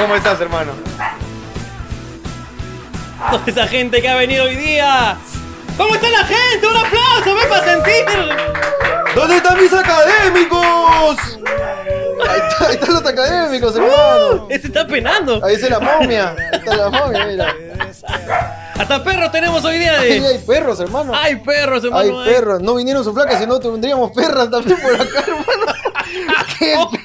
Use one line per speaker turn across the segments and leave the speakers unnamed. ¿Cómo estás, hermano?
Toda esa gente que ha venido hoy día. ¿Cómo está la gente? ¡Un aplauso! ¡Ven para sentir!
¿Dónde están mis académicos? Ahí, está- ahí están los académicos, hermano.
Ese está penando.
Ahí está la momia. Ahí está la momia, mira.
Hasta perros tenemos hoy día
Ahí
de.
hay perros, hermano.
¡Ay, perros,
Hay
hermano! eh. ay.
perros. No vinieron sus flacas, si no tendríamos perras también por acá, hermano. Qué
Oh.
pe-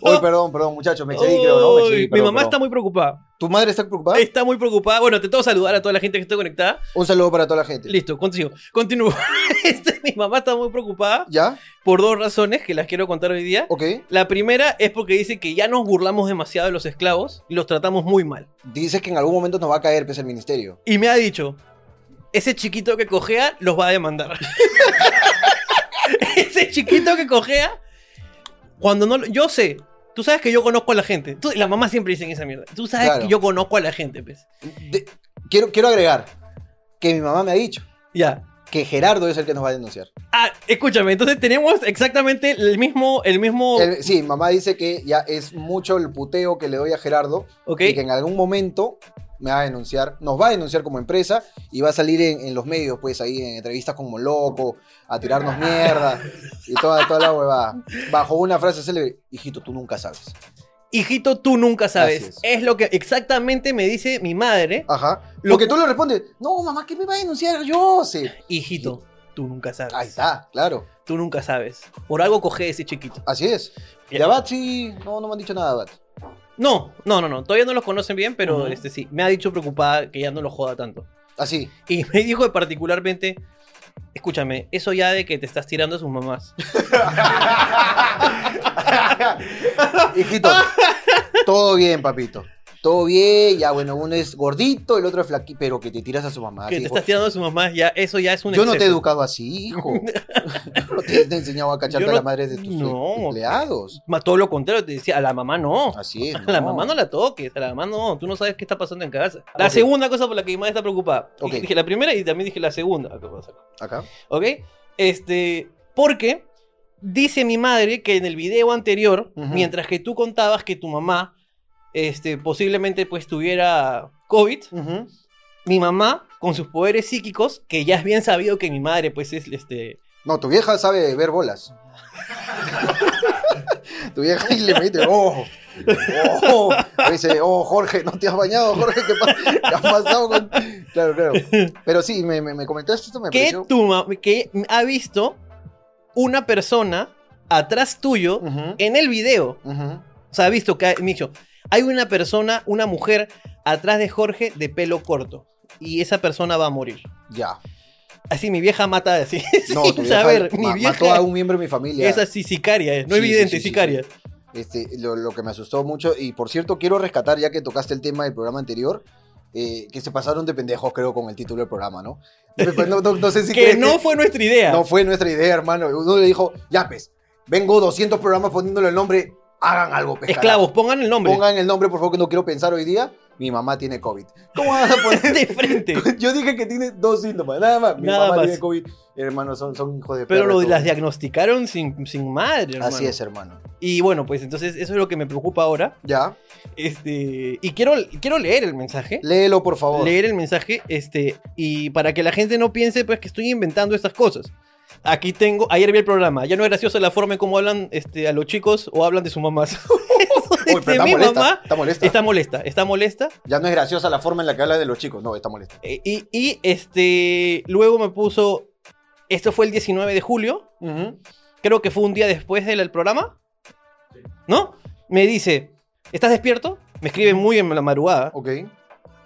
Uy, perdón, perdón, muchachos. Me excedí, creo, ¿no? Me excedí,
Uy, Mi
perdón,
mamá está
perdón. ¿Ah?
muy preocupada.
¿Tu madre está preocupada?
Está muy preocupada. Bueno, te tengo que saludar a toda la gente que está conectada.
Un saludo para toda la gente.
Listo, consigo. Continúo. Este, mi mamá está muy preocupada
¿Ya?
por dos razones que las quiero contar hoy día.
Ok.
La primera es porque dice que ya nos burlamos demasiado de los esclavos y los tratamos muy mal.
Dices que en algún momento nos va a caer, pese el ministerio.
Y me ha dicho, ese chiquito que cojea los va a demandar. ese chiquito que cojea, cuando no... lo- Yo sé, tú sabes que yo conozco a la gente. Tú- la mamá siempre dicen esa mierda. Tú sabes
Claro.
que yo conozco a la gente, pues.
De- quiero, quiero agregar que mi mamá me ha dicho
Ya.
que Gerardo es el que nos va a denunciar.
Ah, escúchame, entonces tenemos exactamente el mismo... El mismo...
Él- sí, mamá dice que ya es mucho el puteo que le doy a Gerardo
ok.
y que en algún momento me va a denunciar, nos va a denunciar como empresa y va a salir en, en los medios, pues ahí en entrevistas como loco, a tirarnos mierda y toda, toda la huevada. Bajo una frase célebre, hijito, tú nunca sabes.
Hijito, tú nunca sabes.
Así Ah,
Es. lo que exactamente me dice mi madre.
Ajá.
Lo
Lo que
cu-
tú le respondes, no, mamá, ¿qué me va a denunciar yo? Sí.
Hijito, tú nunca sabes.
Ahí está, claro.
Tú nunca sabes. Por algo coge ese chiquito.
Así es. Y a Bat sí, no, no me han dicho nada, Bat.
No, no, no, no. Todavía no los conocen bien, pero
Ujú.
este sí. Me ha dicho preocupada que ya no lo joda tanto.
Así.
Y me dijo particularmente, escúchame, eso ya de que te estás tirando a sus mamás.
Hijito, todo bien, papito. Todo bien, ya bueno, uno es gordito, el otro es flaquito, pero que te tiras a su mamá.
que
Ah, sí,
te
hijo.
estás tirando a sus mamás, ya eso ya es un
Yo no te he
exceso.
educado así, hijo. no te he enseñado a cacharte
Yo
a
no-
la madre de tus
no.
empleados.
Más todo lo contrario, te decía, a la mamá no.
Así es.
A la mamá no la toques, a la mamá no, tú no sabes qué está pasando en casa. La
Ok.
segunda cosa por la que mi madre está preocupada.
Ok.
Dije la primera y también dije la segunda. Ah, ¿qué pasa?
Acá.
¿Ok? Este, porque dice mi madre que en el video anterior,
Ujú.
mientras que tú contabas que tu mamá este, posiblemente pues tuviera COVID,
Ujú.
mi mamá con sus poderes psíquicos, que ya es bien sabido que mi madre pues es este...
No, tu vieja sabe ver bolas. tu vieja y le mete, ojo. Ojo. Le dice, oh, Jorge, no te has bañado, Jorge, ¿qué, pa- qué ha pasado con.? Claro, claro. Pero sí, me, me, me comentaste esto, me
Que,
pareció.
tu ma- que ha visto una persona atrás tuyo
Ujú,
en el video.
ujú.
O sea, ha visto que, ha- me ha dicho, hay una persona, una mujer atrás de Jorge de pelo corto. Y esa persona va a morir.
Ya.
Así, mi vieja mata así.
No,
sin
tu vieja
saber,
ma-
mi vieja.
mató a un miembro de mi familia.
Es así, sicaria, eh. no
Sí, sí,
evidente,
sí, sí,
sicaria.
Este, lo, lo que me asustó mucho. Y por cierto, quiero rescatar, ya que tocaste el tema del programa anterior, eh, que se pasaron de pendejos, creo, con el título del programa, ¿no? No, no- no sé si
Que
crees
no fue nuestra idea.
No fue nuestra idea, hermano. Uno le dijo, ya, pues, vengo 200 programas poniéndole el nombre, hagan algo, pescado.
Esclavos, pongan el nombre.
Pongan el nombre, por favor, que no quiero pensar hoy día. Mi mamá tiene COVID. ¿Cómo vas a poner?
de frente.
Yo dije que tiene dos síntomas, nada más. Mi
Nada
mamá
más.
tiene COVID. Hermano, son, son hijos de
Pero
perra,
lo-
todo.
las diagnosticaron sin, sin madre, hermano.
Así es, hermano.
Y bueno, pues entonces eso es lo que me preocupa ahora.
Ya,
Este, y quiero, quiero leer el mensaje.
léelo, por favor.
leer el mensaje este, y para que la gente no piense pues que estoy inventando estas cosas. Aquí tengo, ayer vi el programa, ya no es graciosa la forma en cómo hablan este, a los chicos o hablan de sus mamás.
Uy, pero
Este,
está
mi
molesta,
mamá
está molesta.
está molesta, está molesta.
Ya no es graciosa la forma en la que habla de los chicos. No, está molesta.
Eh, Y, y, este, luego me puso, esto fue el 19 de julio, creo que fue un día después del el programa, ¿no? Me dice, ¿estás despierto? Me escribe muy en la madrugada.
Ok,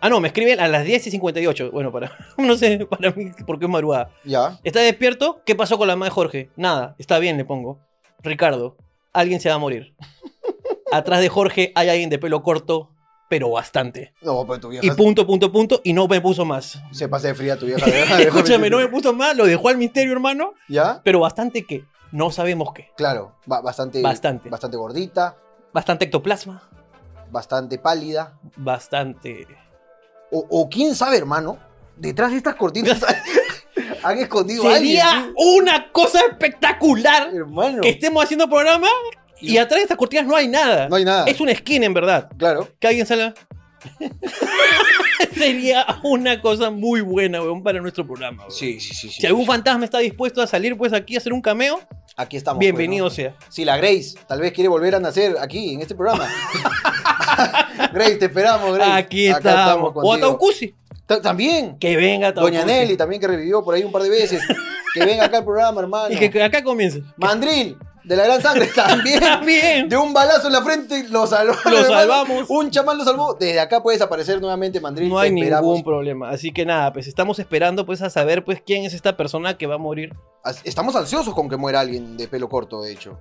Ah, no, me escriben a las 10 y 58. Bueno, para, no sé para mí por qué es madrugada.
ya.
¿Está despierto? ¿Qué pasó con la mamá de Jorge? Nada, está bien, le pongo. Ricardo, alguien se va a morir. Atrás de Jorge hay alguien de pelo corto, pero bastante.
No, pero tu
Y
vieja
punto, punto, punto, y no me puso más.
se pasa de fría, tu vieja.
Escúchame, no me puso más, lo dejó al misterio, hermano,
¿Ya?
pero bastante que no sabemos qué.
Claro, ba- bastante,
Bastante.
bastante gordita,
Bastante ectoplasma,
bastante pálida.
bastante.
O, o quién sabe, hermano, detrás de estas cortinas han escondido a alguien.
Sería una cosa espectacular
Hermano,
este que estemos haciendo programa Y atrás de estas cortinas no hay nada.
No hay nada.
Es una skin, en verdad.
Claro.
Que alguien salga. Sería una cosa muy buena, weón, para nuestro programa. weón.
Sí, sí, sí. sí.
Si algún fantasma está dispuesto a salir, pues aquí a hacer un cameo,
Aquí estamos. pues,
bienvenido
¿no?
sea.
Si la Grace tal vez quiere volver a nacer aquí, en este programa. Grace, te esperamos, Grace.
Aquí
Acá
estamos. O a
contigo.
Taucusi.
Ta- También.
Que venga Taucusi.
Doña Nelly también que revivió por ahí un par de veces. que venga acá al programa, hermano.
Y que- que acá comience.
Mandril, de la gran sangre, también.
También.
De un balazo en la frente, lo salvamos.
Lo
hermano.
salvamos.
Un chamán lo salvó. Desde acá puedes aparecer nuevamente, Mandril.
No
te
hay
esperamos.
ningún problema. Así que nada, pues estamos esperando pues a saber pues quién es esta persona que va a morir.
As- Estamos ansiosos con que muera alguien de pelo corto, de hecho.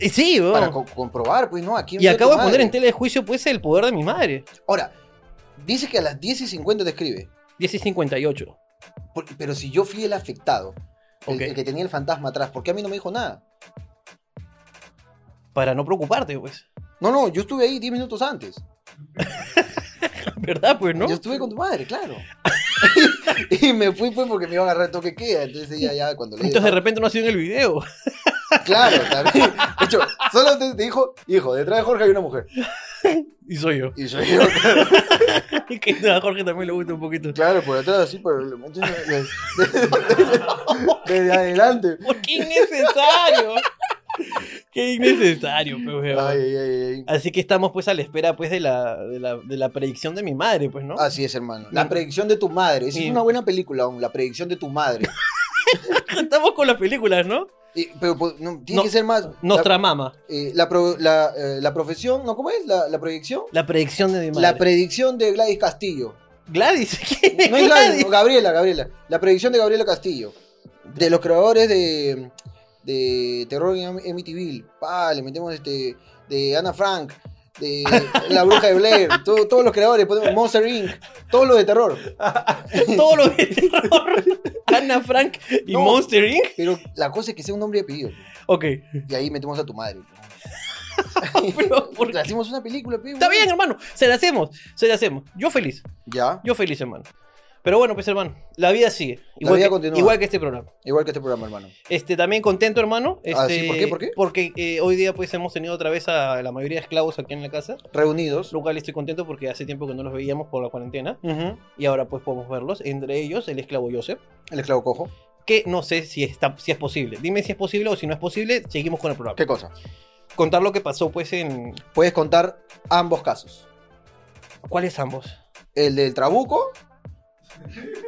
Y Sí, weón.
Para co- comprobar, pues, ¿no? Aquí
Y acabo de poner en tela de juicio pues el poder de mi madre.
Ahora, dice que a las 10 y 50 te escribe.
10 y 58.
Por- pero si yo fui el afectado, el,
Ok.
el que tenía el fantasma atrás, ¿por qué a mí no me dijo nada?
Para no preocuparte, pues.
No, no, yo estuve ahí 10 minutos antes.
¿Verdad, pues, no?
Yo estuve con tu madre, claro. y me fui pues porque me iba a agarrar el toque queda. Entonces ella ya cuando le
Entonces de repente no ha sido en el video.
Claro, también. De hecho, solo te te dijo, hijo, detrás de Jorge hay una mujer.
Y soy yo.
Y yo digo,
que no, a Jorge también le gusta un poquito.
claro, por atrás así, pero le metes- desde, desde- desde adelante.
¿Por qué innecesario? qué innecesario, pues,
Ay,
weón.
ay, ay, ay.
Así que estamos pues a la espera pues de la, de la, de la predicción de mi madre, pues, ¿no?
Así es, hermano. La
Mi-
predicción de tu madre. Esa
mi-
es una buena película aún, la predicción de tu madre.
Estamos con las películas, ¿no?
Y- pero pues, no, tiene
No-
que ser más. la,
Nuestra mama.
eh, la, pro- la, eh, la profesión, ¿no? ¿Cómo es? La, la proyección.
La predicción de mi madre.
La predicción de Gladys Castillo.
Gladys, ¿quién es
No es Gladys,
Gladys?
no, Gabriela, Gabriela. La predicción de Gabriela Castillo. De los creadores de, de Terror en Amityville. Pa, le metemos este. De Ana Frank. De La Bruja de Blair. todo- todos los creadores. Ponemos Monster Inc. Todos los de terror.
Todo lo de terror. Ana Frank y
No.
Monster Inc.
Pero la cosa es que sea un nombre y apellido.
Ok.
Y ahí metemos a tu madre.
Pero, ¿por
Porque
qué?
hacemos una película, pe,
Está
weón.
bien, hermano. Se la hacemos. Se la hacemos. Yo feliz.
Ya.
Yo feliz, hermano. Pero bueno, pues, hermano. La vida sigue. Igual,
vida
que,
continúa.
igual que este programa.
Igual que este programa, hermano.
Este, también contento, hermano. Este,
Ah, sí, ¿por qué? ¿Por qué?
Porque eh, hoy día, pues, hemos tenido otra vez a la mayoría de esclavos aquí en la casa.
Reunidos.
Lo cual estoy contento porque hace tiempo que no los veíamos por la cuarentena. Y ahora, pues, podemos verlos. Entre ellos, el esclavo Joseph.
El esclavo cojo.
que no sé si, está, si es posible. Dime si es posible o si no es posible, seguimos con el programa.
¿Qué cosa?
Contar lo que pasó, pues, en.
Puedes contar ambos casos.
¿Cuáles ambos?
El del Trabuco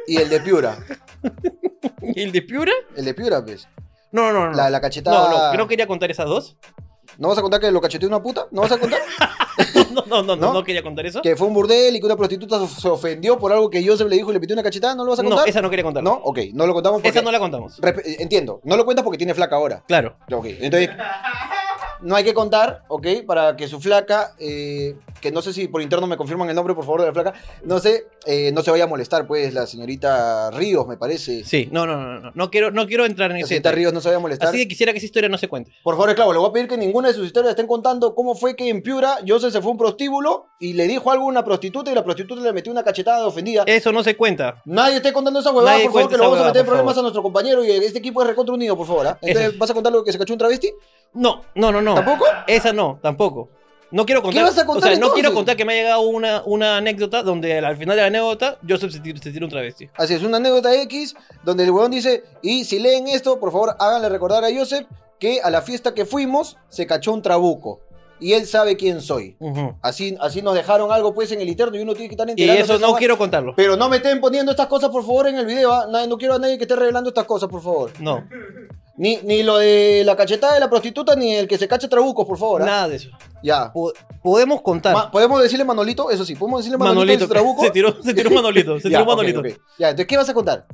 y el de Piura.
¿El de Piura?
El de Piura, pues.
No, no, no.
La, la
no, no,
cachetada.
que no quería contar esas dos.
¿No vas a contar que lo cacheteó una puta? ¿No vas a contar?
No, no, no, no,
¿No?
no quería contar eso.
que fue un burdel y que una prostituta se- se ofendió por algo que Joseph le dijo y le pidió una cachetada. ¿No lo vas a
No,
contar?
esa no quería contar.
No, ok. No lo contamos porque...
esa no la contamos.
Respe- eh, Entiendo. No lo cuentas porque tiene flaca ahora.
Claro.
Ok. Entonces... No hay que contar, ¿ok? Para que su flaca, eh, que no sé si por interno me confirman el nombre, por favor, de la flaca, no sé, eh, no se vaya a molestar, pues, la señorita Ríos, me parece.
Sí, no, no, no, no. No quiero, no quiero entrar en
La
ese.
señorita
detalle.
Ríos no se vaya a molestar.
Así que quisiera que esa historia no se cuente.
Por favor, Esclavo, le voy a pedir que ninguna de sus historias estén contando cómo fue que en Piura Joseph se fue a un prostíbulo y le dijo algo a una prostituta y la prostituta le metió una cachetada de ofendida.
Eso no se cuenta.
Nadie esté contando esa huevada,
Eh, Nadie
por favor,
cuente
que lo
esa
vamos a
huevada,
meter en
por
problemas
favor.
a nuestro compañero y este equipo es recontra unido, por favor. ¿ah? Entonces,
Eso.
¿vas a contar lo que se cachó un travesti?
No, no, no, no.
¿Tampoco?
Esa no, tampoco. No quiero contar.
vas a contar
O sea, no
entonces?
quiero contar que me ha llegado una, una anécdota donde al final de la anécdota Joseph se tira, se tira un travesti.
Así es, una anécdota X donde el huevón dice, y si leen esto, por favor, háganle recordar a Joseph que a la fiesta que fuimos se cachó un trabuco y él sabe quién soy.
Ujú.
Así, así nos dejaron algo pues en el interno y uno tiene que estar
Y
enterándose de
eso
esa
no
hue-
quiero contarlo.
Pero no me estén poniendo estas cosas, por favor, en el video. ¿ah? Nadie- No quiero a nadie que esté revelando estas cosas, por favor.
No,
Ni, ni lo de la cachetada de la prostituta, ni el que se cacha trabucos, por favor. ¿ah?
nada de eso.
Ya.
Po- podemos contar.
Ma- ¿Podemos decirle Manolito? Eso sí, ¿podemos decirle Manolito, y
Manolito,
su trabuco?
se tiró, se tiró un Manolito, se
Ya,
tiró un
ok,
Manolito.
ok. Ya, entonces, ¿qué vas a contar?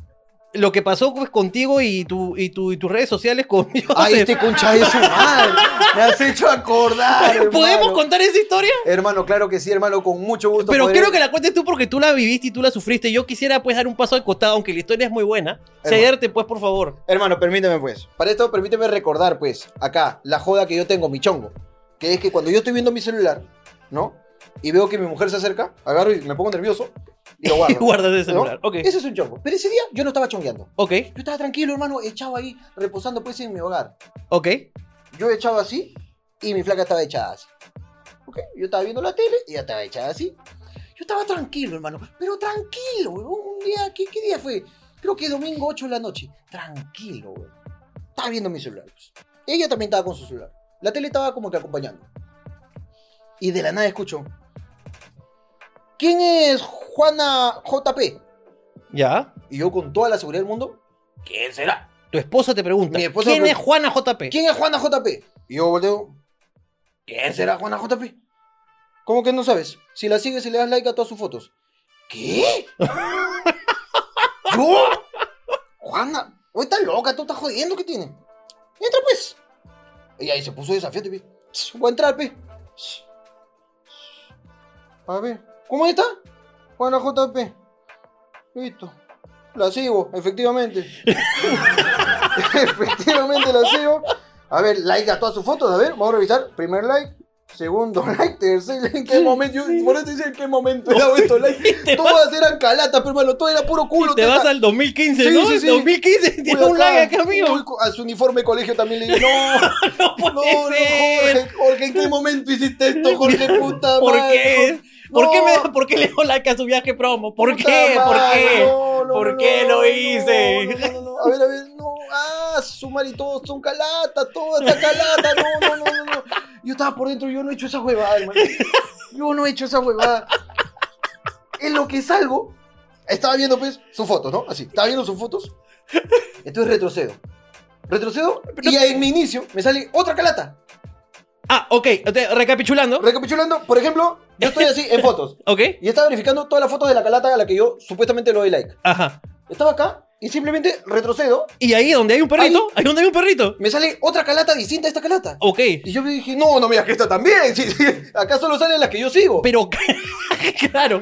Lo que pasó pues, contigo y, tu, y, tu, y tus redes sociales con Joseph.
Ay, este concha de su madre. Me has hecho acordar, hermano.
¿Podemos contar esa historia?
Hermano, claro que sí, hermano, con mucho gusto.
Pero
podré-
quiero que la cuentes tú porque tú la viviste y tú la sufriste. Yo quisiera pues dar un paso al costado, aunque la historia es muy buena. Cederte pues, por favor.
Hermano, permíteme pues. Para esto, permíteme recordar pues, acá, la joda que yo tengo, mi chongo. Que es que cuando yo estoy viendo mi celular, ¿no? Y veo que mi mujer se acerca, agarro y me pongo nervioso y lo
Y
guardo.
guardas el
¿no?
celular. Ok.
Ese es un chongo. Pero ese día yo no estaba chongueando.
Ok,
Yo estaba tranquilo, hermano, echado ahí, reposando pues en mi hogar.
ok.
Yo echado así y mi flaca estaba echada así. ¿Ok? Yo estaba viendo la tele y ella estaba echada así. Yo estaba tranquilo, hermano, pero tranquilo, huevón. Un día, ¿qué, qué día fue? Creo que domingo 8 de la noche. Tranquilo, huevón. Estaba viendo mi celular. pues. Ella también estaba con su celular. La tele estaba como que acompañando. Y de la nada escucho. ¿Quién es Juana JP?
Ya.
Y yo con toda la seguridad del mundo, ¿quién será?
Tu esposa te pregunta.
Mi esposa
¿Quién
me-
es Juana JP?
¿Quién es Juana JP? Y yo volteo. ¿Quién será Juana JP? ¿Cómo que no sabes? Si la sigues y le das like a todas sus fotos. ¿Qué? ¿Yo? Juana, hoy estás loca, tú estás jodiendo, ¿qué tiene? Entra pues. Y ahí se puso desafiante, pe. Ch, Voy a entrar, pe. Ch. A ver, ¿cómo está? Juana JP. Listo. La sigo, efectivamente. Efectivamente la sigo. A ver, like a todas sus fotos, a ver, vamos a revisar. Primer like, segundo like, tercer like. ¿En qué momento? Yo, por eso te dice en qué momento era esto like. Todas eran calatas, pero hermano, todo era puro culo.
Te
teta.
vas al 2015,
Sí,
¿no?
sí, sí.
2015 tiene
Uy,
un lag
acá,
acá, amigo.
uy, a su uniforme de colegio también le digo, no,
no
no, no,
puede ser.
Jorge, Jorge, ¿en qué momento hiciste esto, Jorge, puta
¿Por
madre?
qué?
Jorge,
¿Por
no,
qué me por qué le dio like a su viaje promo? ¿Por
puta
qué? ¿Por
madre,
qué?
no, no,
¿Por
no,
qué
no,
lo
no,
hice?
no, no, no, no. A ver, a ver, no, ah, sumar y todos son calatas, toda esta calata, no, no, no, no, no. Yo estaba por dentro, yo no he hecho esa huevada, hermano. Yo no he hecho esa huevada. En lo que salgo, estaba viendo pues sus fotos, ¿no? Así, estaba viendo sus fotos. Entonces retrocedo. Retrocedo y en mi inicio me sale otra calata.
Ah, ok, te- recapitulando.
Recapitulando, por ejemplo, yo estoy así en fotos.
Ok.
Y estaba verificando todas las fotos de la calata a la que yo supuestamente le doy like.
Ajá.
Estaba acá y simplemente retrocedo.
Y ahí donde hay un perrito, ahí donde hay un perrito.
Me sale otra calata distinta a esta calata.
Ok.
Y yo me dije, no, no mira que esta también. sí, sí, Acá solo salen las que yo sigo.
Pero claro.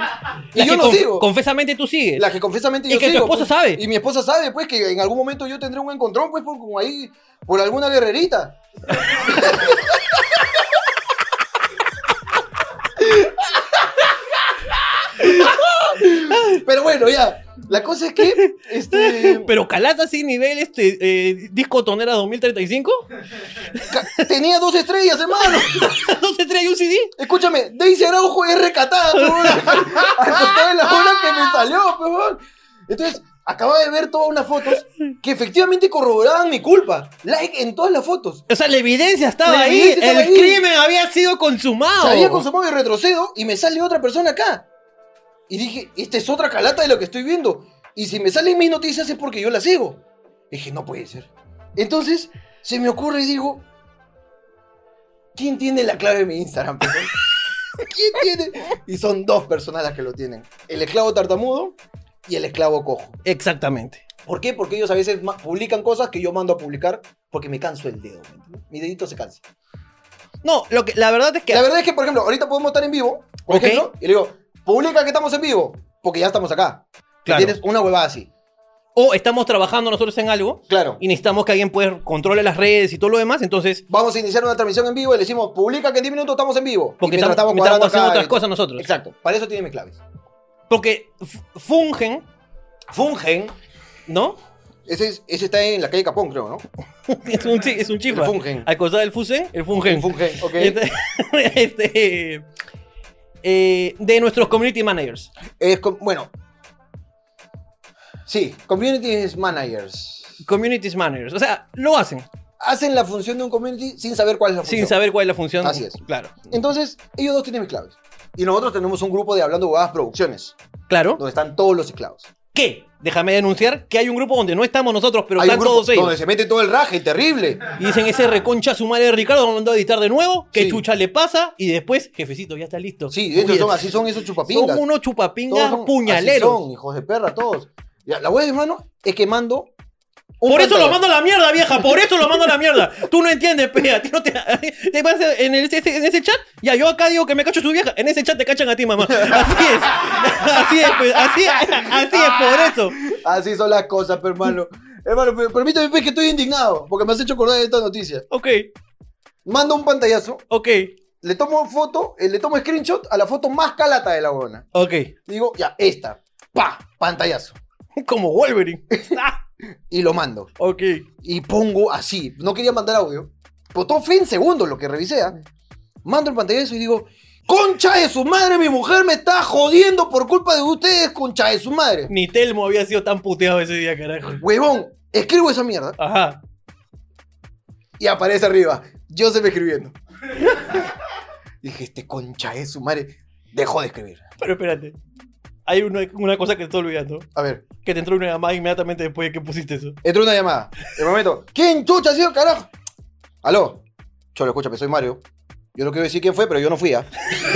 Y
la
yo
que
no
conf-
sigo.
Confesamente tú sigues.
Las que confesamente
Y
yo
que tu
sigo,
esposa
pues.
sabe.
Y mi esposa sabe, pues, que en algún momento yo tendré un encontrón, pues, por, como ahí, por alguna guerrerita. Pero bueno, ya. La cosa es que, este,
Pero Calata sin nivel este eh, disco tonera 2035.
ca- tenía dos estrellas, hermano.
¿No se trae un CD?
Escúchame, Daisy Araujo es recatada, pues, weón. Al costado de la ola que me salió, pues, weón. Entonces, acababa de ver todas unas fotos que efectivamente corroboraban mi culpa. Like en todas las fotos.
O sea, la evidencia estaba
La
ahí.
evidencia estaba
el
ahí.
crimen había sido consumado.
Salía con su móvil retrocedo y me sale otra persona acá. Y dije, esta es otra calata de lo que estoy viendo. Y si me salen mis noticias es porque yo la sigo. Dije, no puede ser. Entonces, se me ocurre y digo, ¿quién tiene la clave de mi Instagram? perdón? ¿Quién tiene? Y son dos personas las que lo tienen. El esclavo tartamudo y el esclavo cojo.
Exactamente.
¿Por qué? Porque ellos a veces ma- publican cosas que yo mando a publicar porque me canso el dedo. ¿me entiendes? Mi dedito se cansa.
No, lo que, la verdad es que.
La verdad es que, por ejemplo, ahorita podemos estar en vivo, por
Ok.
ejemplo, y le digo, publica que estamos en vivo, porque ya estamos acá.
Claro.
Tienes una huevada así.
O estamos trabajando nosotros en algo
Claro.
y necesitamos que alguien pues, controle las redes y todo lo demás. Entonces,
Vamos a iniciar una transmisión en vivo y le decimos, publica que en 10 minutos estamos en vivo.
porque
Y mientras
estamos, mientras
cuadrando
estamos haciendo
acá,
otras
y-
cosas nosotros.
Exacto. Para eso tiene mis claves.
Porque f- fungen,
Fungen.
¿no?
Ese, es- ese está en la calle Capón, creo, ¿no?
Es un, chi- es un chifa.
El fungen.
Al costado del fuse, el fungen.
El Fungen, ok.
Este- este, eh, de nuestros community managers.
Es com- bueno. Sí, community managers.
Community managers. O sea, lo hacen
Hacen la función de un community sin saber cuál es la función.
sin saber cuál es la función.
Así es.
Claro.
Entonces, ellos dos tienen mis claves. Y nosotros tenemos un grupo de Hablando Bobadas Producciones.
Claro.
donde están todos los esclavos.
¿Qué? Déjame denunciar que hay un grupo donde no estamos nosotros, pero
Hay un
están
grupo
todos
donde
ellos.
se mete todo el raje, terrible.
Y dicen ese reconcha su madre de Ricardo lo mandó a editar de nuevo. ¿Qué
Sí.
chucha le pasa? Y después, jefecito, ya está listo.
Sí, de hecho
Uy,
son así son esos chupapingas.
Son unos
Todos
chupapingas
son- así
puñaleros.
son, hijos de perra todos. Ya, la hueá, hermano, es que mando un
Por eso lo
pantalón.
mando a la mierda, vieja. Por eso lo mando a la mierda. Tú no entiendes, pea. Ti no te, te vas a- en, el- ese- en ese chat, ya yo acá digo que me cacho su vieja. En ese chat te cachan a ti, mamá. Así es. Así es, pues. Así, así es, por eso.
Así son las cosas, pe, hermano. hermano, pe- permíteme pe, que estoy indignado porque me has hecho acordar de esta noticia.
Ok,
Mando un pantallazo,
ok,
le tomo foto, eh, le tomo screenshot a la foto más calata de la huevona.
ok.
Digo, ya, esta. Pa, pantallazo.
Como Wolverine. Ah,
Y lo mando.
ok.
Y pongo así. No quería mandar audio. explotó, fue en segundos lo que revisé. ¿ah? Mando el pantallazo y digo, concha de su madre, mi mujer me está jodiendo por culpa de ustedes, concha de su madre.
Ni Telmo había sido tan puteado ese día, carajo.
Huevón, escribo esa mierda
Ajá.
y aparece arriba, Joseph escribiendo. Dije, este concha de su madre, dejó de escribir.
Pero espérate. Hay una, una cosa que te estoy olvidando.
A ver,
Que te entró una llamada inmediatamente después de que pusiste eso.
Entró una llamada. El momento. ¿Quién chucha ha sido, carajo? Aló. Cholo, escúchame, soy Mario. Yo no quiero decir quién fue, pero yo no fui, ¿ah?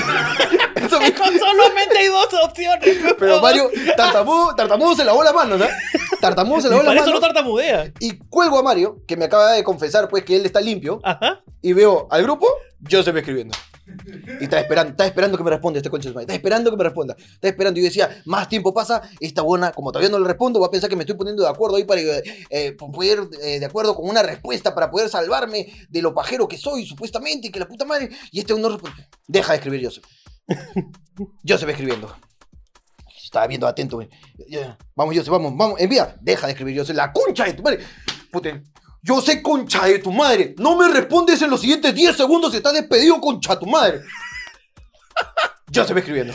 Eso me-
Con solamente hay dos opciones.
Pero Mario, tartamudo, tartamudo se lavó las manos, ¿ah? Tartamudo se
Y
lavó las
para eso no
manos.
tartamudea.
Y cuelgo a Mario, que me acaba de confesar, pues, que él está limpio.
Ajá.
Y veo al grupo, yo se me escribiendo. Y está esperando, está esperando que me responda este concha de su madre. Está esperando que me responda. Está esperando. Y yo decía, más tiempo pasa, esta buena, como todavía no le respondo, va a pensar que me estoy poniendo de acuerdo ahí para eh, eh, poder, eh, de acuerdo con una respuesta para poder salvarme de lo pajero que soy, supuestamente, y que la puta madre. Y este aún no responde. Deja de escribir, Joseph. Joseph escribiendo. Estaba viendo atento. güey. Ya, Vamos, Joseph, vamos, vamos. Envía. Deja de escribir, Joseph. La concha de tu madre. Puta, yo sé concha de tu madre. No me respondes en los siguientes 10 segundos. Estás despedido, concha de tu madre. Ya se va escribiendo.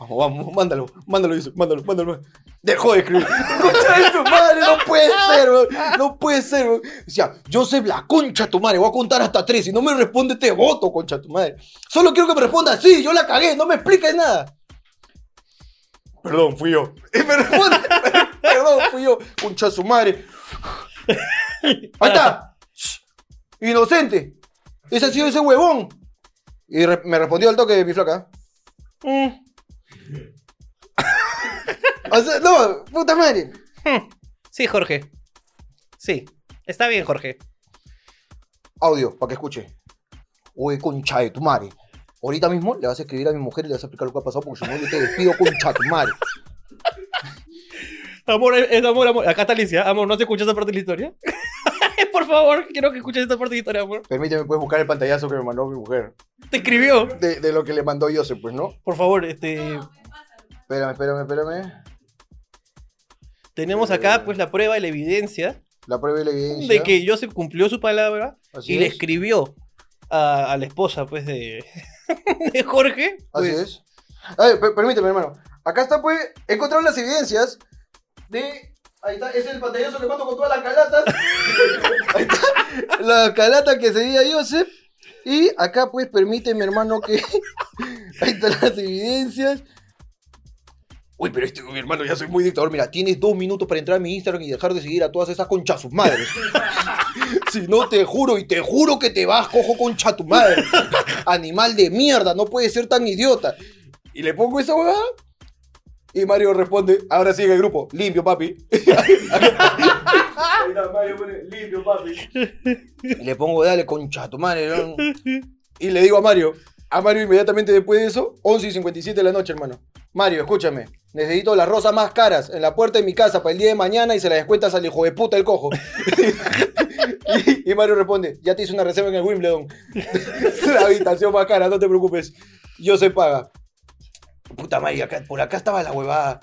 Vamos, vamos, mándalo, mándalo, Yusuf, mándalo, mándalo. Dejó de escribir. Concha de tu madre, no puede ser, weón. No puede ser, weón. Decía, Joseph, la concha de tu madre, voy a contar hasta tres. Si no me responde, te voto, concha de tu madre. Solo quiero que me responda, sí, yo la cagué, no me expliques nada. Perdón, fui yo. Y me responde, perdón, fui yo, concha de su madre. Ahí está. Inocente. Ese ha sido ese huevón. Y re- me respondió al toque mi flaca.
Mm.
O sea, no, puta madre.
Hmm. Sí, Jorge. Sí. Está bien, Jorge.
Audio, para que escuche. Oye, concha de tu madre. Ahorita mismo le vas a escribir a mi mujer y le vas a explicar lo que ha pasado porque si no yo te despido, concha de tu madre.
Amor, eh, es es amor, amor. Acá está Alicia. Amor, ¿no te escuchas esta parte de la historia? Por favor, quiero que escuches esta parte de la historia, amor.
Permíteme, puedes buscar el pantallazo que me mandó mi mujer.
Te escribió.
De, de lo que le mandó Joseph, pues, ¿no?
Por favor, este.
Espérame, espérame, espérame.
Tenemos
Eh,
acá, pues, la prueba y la evidencia
La prueba y la evidencia.
de que Joseph cumplió su palabra
Así
y le
es.
escribió a, a la esposa, pues, de, de Jorge.
Así
pues,
es. A ver, per- permíteme, hermano. Acá está, pues, he encontrado las evidencias de. Ahí está, es el pantallazo que mando con todas las calatas. Ahí está, la calata que seguía Joseph. Y acá, pues, permíteme, hermano, que. Ahí están las evidencias. Uy, pero este, mi hermano, ya soy muy dictador. Mira, tienes dos minutos para entrar a mi Instagram y dejar de seguir a todas esas conchas sus madres. Si no, te juro, y te juro que te vas, cojo concha tu madre. Animal de mierda, no puedes ser tan idiota. Y le pongo esa huevada. Y Mario responde, ahora sigue el grupo, limpio, papi.
Ahí está, Mario pone limpio, papi.
Y le pongo, dale, concha tu madre. ¿no? Y le digo a Mario, a Mario inmediatamente después de eso, 11 y 57 de la noche, hermano. Mario, escúchame, necesito las rosas más caras en la puerta de mi casa para el día de mañana y se las descuentas al hijo de puta el cojo. y, y Mario responde, ya te hice una reserva en el Wimbledon. la habitación más cara, no te preocupes. Yo se paga. Puta madre, acá- por acá estaba la huevada.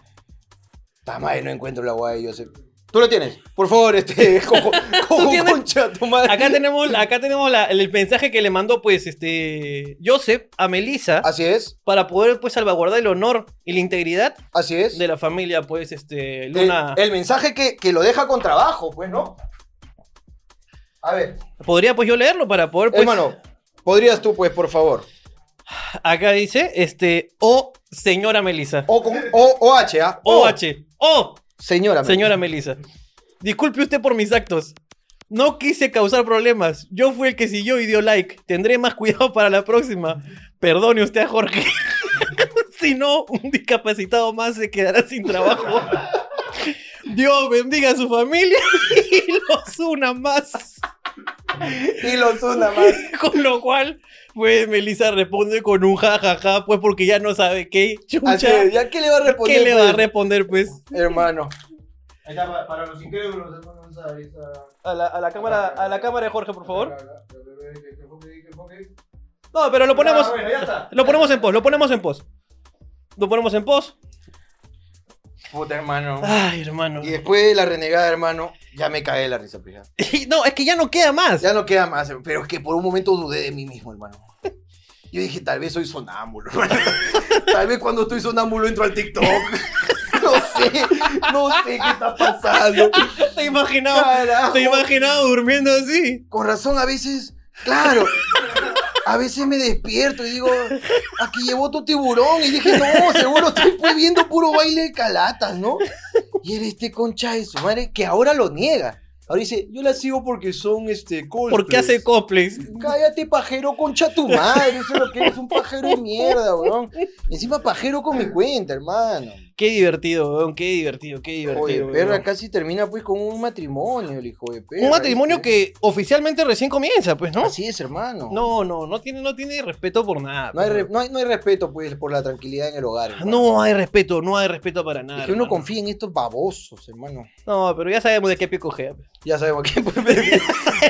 Puta madre, no encuentro la huevada de Joseph. Tú lo tienes. Por favor, este, cojo, cojo
tienes?
concha, tu madre.
Acá tenemos, acá tenemos la- el mensaje que le mandó, pues, este. Joseph a Melissa
Así es,
para poder, pues, salvaguardar el honor y la integridad
así es.
de la familia, pues, este.
El-
Luna.
El, mensaje que, que lo deja con trabajo, pues, ¿no? A ver,
¿Podría, pues, yo leerlo para poder, pues.
hermano, podrías tú, pues, por favor.
Acá dice, este. O señora Melissa.
O, con, o, o H, ¿ah?
O H. O
Señora.
Señora Melissa, disculpe usted por mis actos. No quise causar problemas. Yo fui el que siguió y dio like. Tendré más cuidado para la próxima. Perdone usted a Jorge. si no, un discapacitado más se quedará sin trabajo. Dios bendiga a su familia y los una más.
Y los una más.
Con lo cual, pues Melissa responde con un jajaja, pues porque ya no sabe qué
Así
chucha.
es, ¿ya qué le va a responder?
¿Qué le va a
pues,
responder, pues?
Hermano.
Ahí está, pa- para los incrédulos, hermano, esa. esa...
A la, a la cámara, a la cámara de Jorge, por favor.
Que enfoque, que enfoque.
No, pero lo ponemos.
Ah, bueno, ya está.
Lo ponemos en post, lo ponemos en post. Lo ponemos en post.
Puta, hermano.
Ay, hermano.
Y después de la renegada, hermano, ya me cae la risa, pues, ya.
No, es que ya no queda más.
Ya no queda más, pero es que por un momento dudé de mí mismo, hermano. Yo dije, tal vez soy sonámbulo. hermano. Tal vez cuando estoy sonámbulo entro al TikTok. No sé, no sé qué está pasando.
Te imaginaba,
Carajo.
te imaginaba durmiendo así.
Con razón, a veces, claro. A veces me despierto y digo, aquí llevó tu tiburón. Y dije, no, seguro estoy pues, viendo puro baile de calatas, ¿no? Y era este concha de su madre que ahora lo niega. Ahora dice, yo la sigo porque son este
¿Por qué
cosplays".
hace cosplays?
Cállate, pajero, concha tu madre. Eso es lo que eres, un pajero de mierda, weón. Encima, pajero con mi cuenta, hermano.
Qué divertido, weón, qué divertido, qué divertido.
Oye,
weón.
perra, casi termina pues con un matrimonio, el hijo de perra.
Un matrimonio que
¿viste?
oficialmente recién comienza, pues, ¿no?
Así es, hermano.
No, no, no tiene, no tiene respeto por nada.
No hay,
pero-
re- no, hay, no hay respeto, pues, por la tranquilidad en el hogar. hermano.
No hay respeto, no hay respeto para nada.
Es que uno
hermano.
confía en estos babosos, hermano.
No, pero ya sabemos de qué pie cojea. pues.
Ya sabemos que.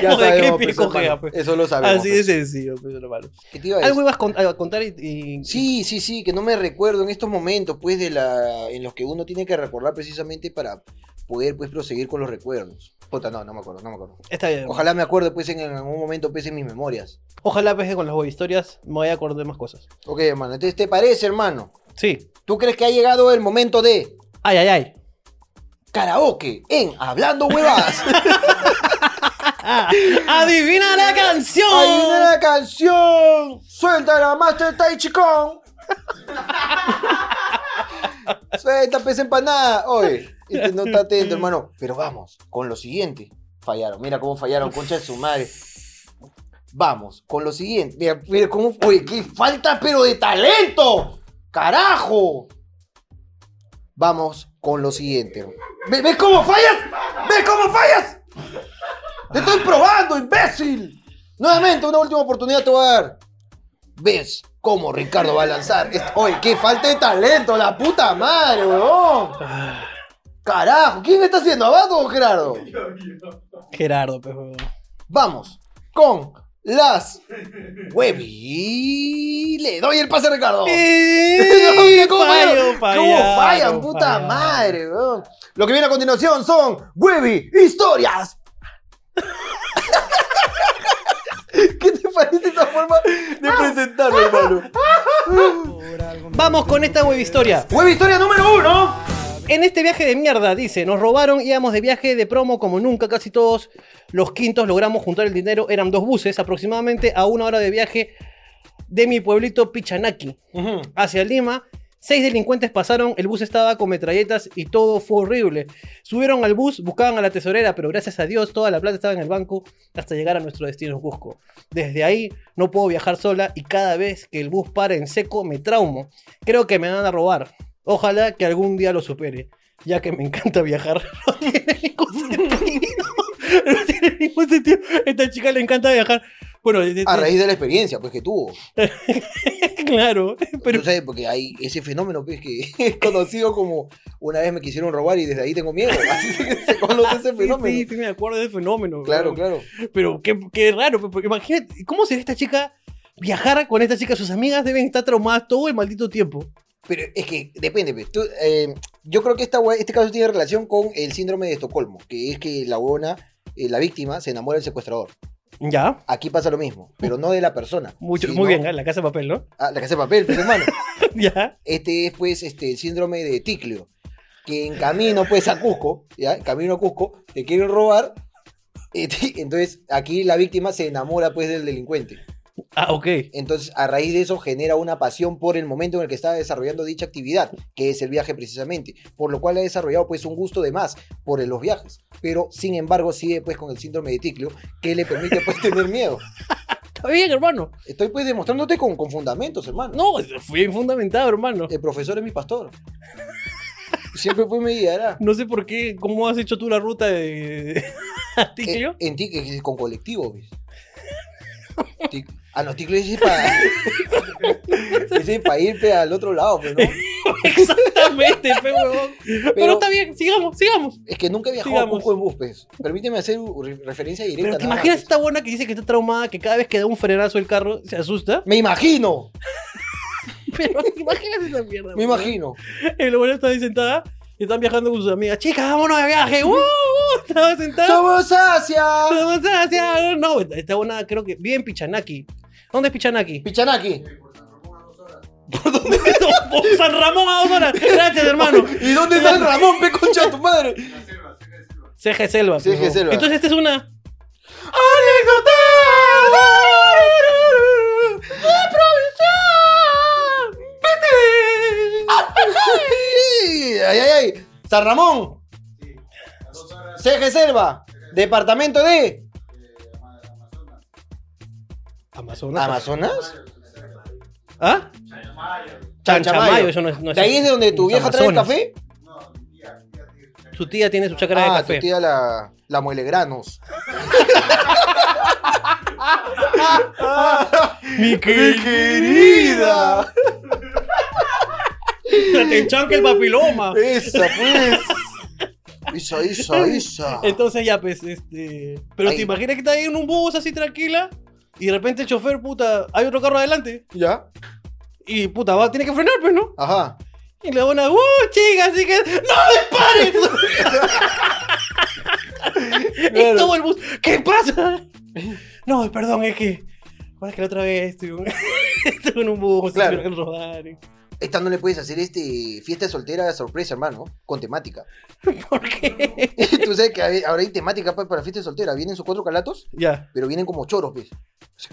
ya
No, de qué
sabemos,
pie
pues,
cojea,
hermano.
pues.
Eso lo sabemos.
Así de
pues.
sencillo, pues, hermano.
¿Qué te iba a decir?
Algo ibas con- a contar y. y-
Pues. Sí, sí, sí, que no me recuerdo en estos momentos, pues, de la, en los que uno tiene que recordar precisamente para poder, pues, proseguir con los recuerdos. Puta, no, no me acuerdo, no me acuerdo.
Está bien. Ojalá,
Ojalá me acuerde, pues, en algún momento, pues, en mis memorias.
ojalá pues, que con las web historias me vaya a acordar de más cosas.
Ok, hermano, entonces, ¿te parece, hermano?
Sí.
¿Tú crees que ha llegado el momento de
Ay, ay, ay.
karaoke en Hablando Huevadas?
Ah, ¡Adivina la canción!
¡Adivina la canción! ¡Suelta la Master Tai Chicón! ¡Suelta pez empanada! Oye, este no está atento, hermano. Pero vamos, con lo siguiente. Fallaron, mira cómo fallaron, concha de su madre. Vamos, con lo siguiente. Mira, mira cómo. Oye, qué falta, pero de talento. ¡Carajo! Vamos con lo siguiente. ¿Ve- ¿Ves cómo fallas? ¿Ves cómo fallas? ¡Te estoy probando, imbécil! Nuevamente, una última oportunidad te voy a dar. ¿Ves cómo Ricardo va a lanzar? est- Oye, qué falta de talento, la puta madre, weón. Carajo, ¿quién está haciendo? ¿Abato o Gerardo?
Gerardo, pues, weón.
Vamos con las web y le doy el pase a Ricardo. No, mira cómo
Fallo,
fallan,
fallaron,
cómo fallan, puta
fallaron.
madre, weón. Lo que viene a continuación son Webby Historias. ¿Qué te parece esa forma
Ah.
de presentarlo, hermano?
Vamos con esta web historia.
Webby Historia número uno.
En este viaje de mierda, dice, nos robaron, íbamos de viaje de promo como nunca, casi todos los quintos logramos juntar el dinero, eran dos buses, aproximadamente a una hora de viaje de mi pueblito Pichanaki hacia Lima. Seis delincuentes pasaron, el bus estaba con metralletas y todo fue horrible. Subieron al bus, buscaban a la tesorera, pero gracias a Dios toda la plata estaba en el banco hasta llegar a nuestro destino en Cusco. Desde ahí no puedo viajar sola y cada vez que el bus para en seco me traumo. Creo que me van a robar. Ojalá que algún día lo supere, ya que me encanta viajar. No tiene ningún sentido. No tiene ningún sentido. Esta chica le encanta viajar. Bueno, de- de-
A raíz de la experiencia, pues, que tuvo.
claro, pero
Tú sabes, porque hay ese fenómeno, pues, que es conocido como una vez me quisieron robar y desde ahí tengo miedo. Así se se conoce ese
Sí,
fenómeno.
Sí, sí, me acuerdo del fenómeno.
Claro,
weón.
claro.
Pero qué, qué raro, pe- porque imagínate, ¿cómo sería esta chica viajar con esta chica? Sus amigas deben estar traumadas todo el maldito tiempo.
Pero es que depende, pues. Tú, eh, yo creo que esta, hue- este caso tiene relación con el síndrome de Estocolmo, que es que la buena, la víctima, se enamora del secuestrador.
Ya.
Aquí pasa lo mismo, pero no de la persona.
Mucho,
sino-
muy bien, ¿eh? la casa de papel, ¿no?
Ah, la que hace papel, pues, hermano.
ya.
Este es, pues, este, el síndrome de Ticlio, que en camino, pues, a Cusco, ¿ya? En camino a Cusco, te quieren robar. este, Entonces, aquí la víctima se enamora, pues, del delincuente.
Ah, ok.
Entonces, a raíz de eso genera una pasión por el momento en el que está desarrollando dicha actividad, que es el viaje precisamente, por lo cual ha desarrollado pues un gusto de más por los viajes, pero sin embargo sigue pues con el síndrome de Ticlio, que le permite pues tener miedo.
Está bien, hermano.
Estoy pues demostrándote con, con fundamentos, hermano.
No, fue bien fundamentado, hermano.
El profesor es mi pastor. Siempre pues me guiará.
No sé por qué, cómo has hecho tú la ruta de. a Ticlio.
Eh, En ti, eh, con colectivo, ¿ves? Tic- Ah, no, Ticlio ese es para... ese es para ir pe, al otro lado, pues, ¿no?
Exactamente, pe, huevón. Pero,
Pero-
está bien, sigamos, sigamos.
Es que nunca he viajado
Sigamos.
a Cusco en bus, pues. Permíteme hacer u- re- referencia directa.
Pero te
nada
imaginas
más.
esta buena que dice que está traumada, que cada vez que da un frenazo el carro se asusta.
Me imagino,
Pero te imaginas esa mierda.
me
huevón?
imagino.
El bueno está ahí sentada Y están viajando con sus amigas. Chicas, vámonos de viaje. ¡Uh! uh, Estaba sentado.
¡Somos Asia!
Vamos hacia- No, esta buena creo que. Bien Pichanaki. ¿Dónde es Pichanaki?
Pichanaki.
¿Dónde es San- San Ramón a dos horas. Gracias, hermano.
¿Y dónde está el Ramón? ¡Ve concha de tu madre!
CG Selva.
CG
pues, no.
Selva.
Entonces esta es una.
¡Ay, ay, ay! San Ramón, CG Selva, departamento de
Amazonas.
Amazonas.
¿Ah? Chanchamayo, eso no es. no es-
¿De ahí es de donde tu
es
vieja trae el
Amazonas.
café?
Su tía tiene su chacra de
Ah,
café.
tu tía la, la Muelegranos.
Mi
¡Querida!
Te enchanca el papiloma.
Esa, pues. Isa, Isa, Isa.
Entonces ya, pues, este... Pero
Ahí.
te imaginas que estás ahí en un bus así tranquila y de repente el chofer, puta, hay otro carro adelante
¿Ya?
y, puta, va, tiene que frenar, pues, ¿no?
Ajá.
Y le van a, ¡uh, chica! Así que, ¡no dispares! Y todo el bus, ¿qué pasa? No, perdón, es que... bueno, es que la otra vez estuve, estuve en un bus,
Claro.
estuvieron rodar. y-
Esta no le puedes hacer este fiesta de soltera de sorpresa, hermano, con temática.
¿Por qué?
Tú sabes que hay- ahora hay temática pa- para fiesta de soltera. Vienen sus cuatro calatos,
Ya.
pero vienen como choros, pues.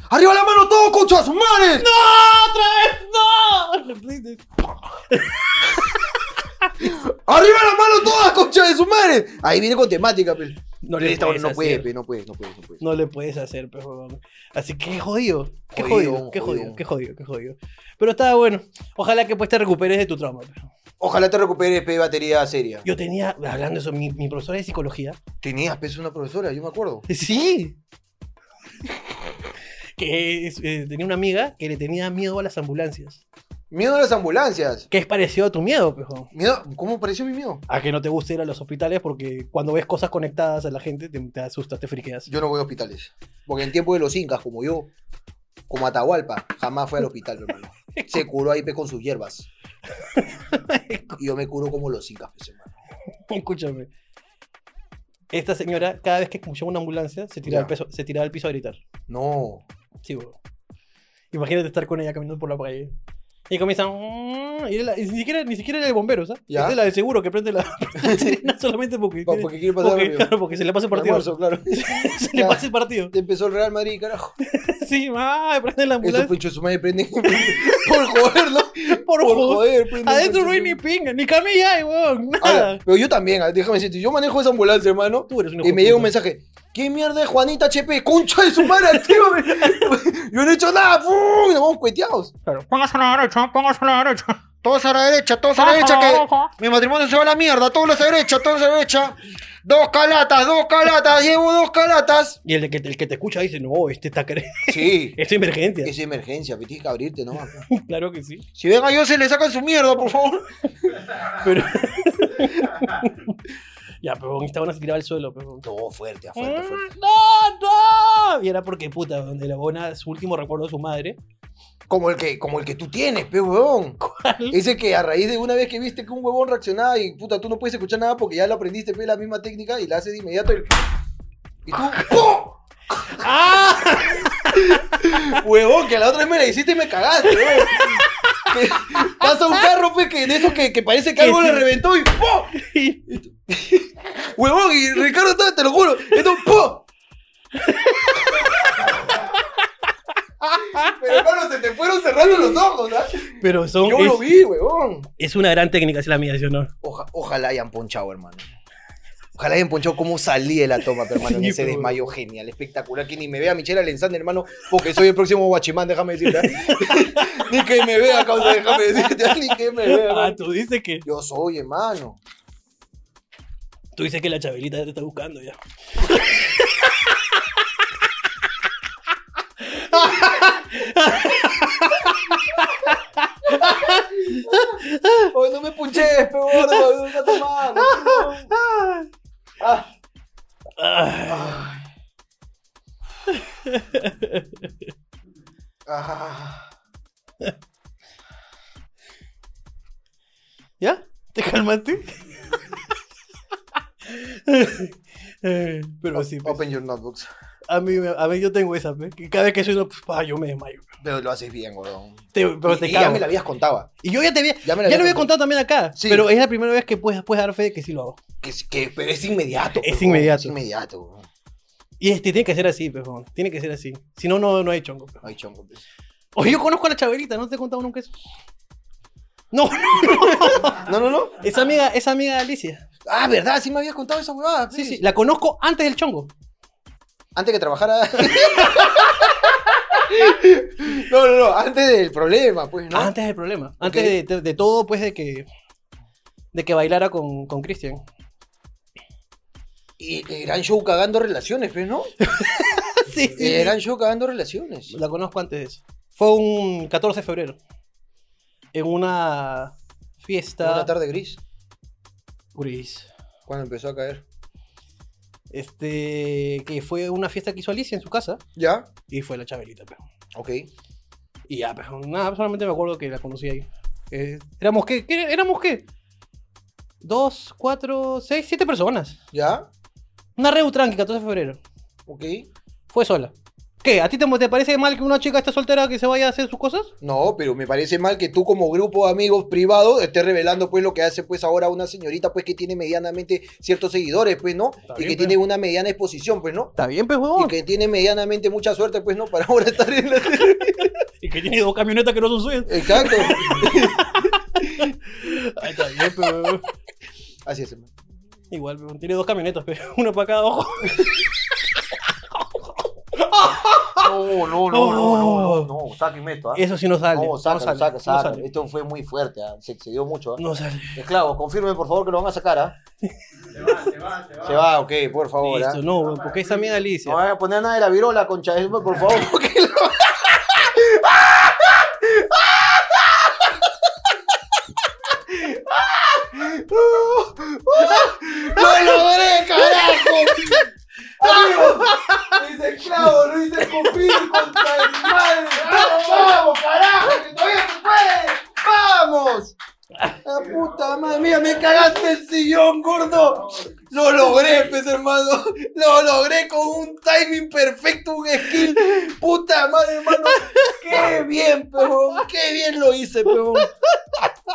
¡Arriba la mano todo, concha, sus madres!
¡No! ¡Otra vez no!
¡Arriba la mano todas, concha de sus madres! Ahí viene con temática, pues.
No
Esta-
puedes
no puede,
hacer.
pe, no puede, no puede, no puede.
No le puedes hacer, pues, huevón. Así que jodido. Qué
Jodido,
jodido, qué jodido,
jodido.
qué jodido, qué jodido. Pero estaba bueno. Ojalá que pues te recuperes de tu trauma. pues.
Ojalá te recuperes, pe, batería seria.
Yo tenía, hablando de eso, mi, mi profesora de psicología.
Tenías, pe, es una profesora, yo me acuerdo.
Sí. que es- eh, tenía una amiga que le tenía miedo a las ambulancias.
Miedo a las ambulancias.
Que es parecido a tu miedo, pues, huevón.
Miedo, ¿Cómo pareció mi miedo?
A que no te guste ir a los hospitales porque cuando ves cosas conectadas a la gente te, te asustas, te friqueas.
Yo no voy a hospitales. Porque en tiempo de los incas, como yo, como Atahualpa, jamás fue al hospital, hermano. Se curó ahí pe, con sus hierbas. Y yo me curo como los incas, pues, hermano.
Escúchame. Esta señora, cada vez que escuchaba una ambulancia, se tiraba,
Ya.
al peso- se tiraba al piso a gritar.
No.
Sí, weón. Imagínate estar con ella caminando por la calle. Y comienzan. Y, era la- y ni, siquiera, ni siquiera era el bombero, ¿sabes?
Ya.
Es de la del seguro que prende la, la sirena solamente porque.
No,
tiene-
porque quiere pasar
porque,
rápido.
claro, porque se le pasa el partido.
Almuerzo, claro.
se le
Ya.
pasa el partido.
Te empezó el Real Madrid, carajo.
sí, ay, prende la
Esos
ambulancia.
pinchos su madre prenden por joderlo.
por
Por
favor.
joder, prenden.
Adentro no hay ni pinga, ni camilla hay, weón. Nada.
Ahora, pero yo también, ah, déjame decirte, yo manejo esa ambulancia, hermano.
Tú eres un hijo
Y me
de
llega un
puta.
mensaje. ¿Qué mierda es Juanita HP? ¡Concha de su madre, actívame! Yo no he hecho nada. ¡Fum! Y nos vamos cueteados.
Claro. Póngase a la derecha, póngase a la derecha.
Todos a la derecha, todos a la derecha, que mi matrimonio se va a la mierda. Todos a la derecha, todos a la derecha. Dos calatas, dos calatas, llevo dos calatas.
Y el que, te- el que te escucha dice, no, este está cre...
Sí,
Esto es emergencia.
es emergencia, pe, tienes que abrirte nomás. pe.
Claro que sí.
Si ven a yo, se le sacan su mierda, por favor.
Pero. ya, pero esta buena se tiraba al suelo, pero.
Todo fuerte, a fuerte, a fuerte.
¡No, no! Y era porque, puta, donde la buena, su último recuerdo de su madre.
Como el que, como el que tú tienes, pe, huevón. Ese que a raíz de una vez que viste que un huevón reaccionaba y puta, tú no puedes escuchar nada porque ya lo aprendiste, pe, la misma técnica y la haces de inmediato. Y, y tú, ¡pum!
¡Ah!
Huevón, que la otra vez me la hiciste y me cagaste, huevón. Que Pasa un carro, pues, que de esos que, que parece que
Que
algo
sí.
le reventó y ¡po! Huevón, y Ricardo estaba, te lo juro, esto ¡po! Pero hermano, se te fueron cerrando los ojos, ¿ah?
Pero son.
Yo
es,
lo vi, huevón.
es una gran técnica, es la mía, ¿sí o no?
Oja- ojalá hayan ponchado, hermano. Ojalá hayan ponchado cómo salí de la toma, pero, hermano, en
Sí,
ese
pero-
desmayo genial, espectacular. Que ni me vea Michelle Alenzande, hermano, porque soy el próximo guachimán, déjame decirte. ¿ah? ni que me vea, causa, déjame decirte. ¿ah? Ni que me vea.
Ah,
hermano.
tú dices que.
Yo soy, hermano.
Tú dices que la chabelita te está buscando ya.
Oye, no me punches, pero gordo, no está tomando. Ah,
Ah.
ah.
¿Ya? ¿Te calmaste? Pero sí, pues,
Open your notebooks.
a, mí, me- a mí yo tengo esa, pe, que cada vez que sueno, pues, pa, yo me desmayo. pe.
Pero lo haces bien, weón.
Te- pero
Y-
te
y ya
cago.
me la habías contado.
Y yo ya te vi,
Ya me la
ya lo
habías
había contado también acá,
Sí.
pero es la primera vez que puedes, puedes dar fe de que sí lo hago.
Que, es- que- pero es inmediato.
Es
weón,
inmediato.
Es inmediato, weón.
Y este, tiene que ser así, pe, huevón, tiene que ser así. Si no, no, no hay chongo. pe.
Ay, chongo. pues.
Oye, yo conozco a la Chabelita, ¿no te he contado nunca eso? No, no,
No, no, no.
esa amiga, esa amiga de Alicia.
Ah, ¿verdad? Sí me habías contado esa huevada.
Sí,
pues.
sí, la conozco antes del chongo.
Antes que trabajara. no, no, no. Antes del problema, pues, ¿no?
Antes del problema. Antes
Ok.
de, de- de todo, pues, de que. De que bailara con con Cristian.
Y el gran show cagando relaciones, pues, ¿no?
sí, sí.
El gran show cagando relaciones.
La conozco antes de eso. Fue un 14 de febrero. En una fiesta.
Una tarde gris.
gris.
Cuando empezó a caer.
Este. Que fue una fiesta que hizo Alicia en su casa.
¿Ya?
Y fue la Chabelita, pues. pe.
Ok.
Y ya, pero nada, solamente me acuerdo que la conocí ahí. Eh, éramos qué, ¿Qué- éramos qué? Dos, cuatro, seis, siete personas.
¿Ya?
Una reu tranqui, 14 de febrero.
Ok.
Fue sola. ¿Qué? ¿A ti te, te parece mal que una chica esté soltera que se vaya a hacer sus cosas?
No, pero me parece mal que tú como grupo de amigos privados estés revelando pues lo que hace pues ahora una señorita pues que tiene medianamente ciertos seguidores pues, ¿no?
Está
y
bien,
que
pues.
tiene una mediana exposición pues, ¿no?
Está bien, pues,
Y
huevón.
que tiene medianamente mucha suerte pues, ¿no? Para ahora estar en la...
Y que tiene dos camionetas que no son suyas.
Exacto.
Ay, está bien, pero.
Así es. hermano.
Igual, pero tiene dos camionetas, pero una para cada ojo.
No, no, no, no,
Oh.
no, no, sáquenme esto, ¿ah?
Eso sí no sale.
No, saca,
no sale.
saca,
no
saca.
sale.
Esto fue muy fuerte, ¿ah? se excedió mucho. ¿ah?
No sale.
Esclavo, confirme por favor que lo van a sacar, ¿ah?
Se va, se va, se va.
Se va, ok, por favor. ¿ah?
Listo, no, huevón, porque esa mía Alicia.
No van a poner nada de la virola, concha, eso, por favor. porque lo- ¡Lo logré, carajo!
¡Amigo! Luis Esclavo, Luis Escopir contra el mal. ¡Vamos, vamos, carajo! ¡Que todavía se puede!
¡Vamos! La puta madre mía, me cagaste el sillón, gordo. Lo logré, pues hermano. Lo logré con un timing perfecto, un skill. Puta madre, hermano. Qué bien, peón. Qué bien lo hice, peón.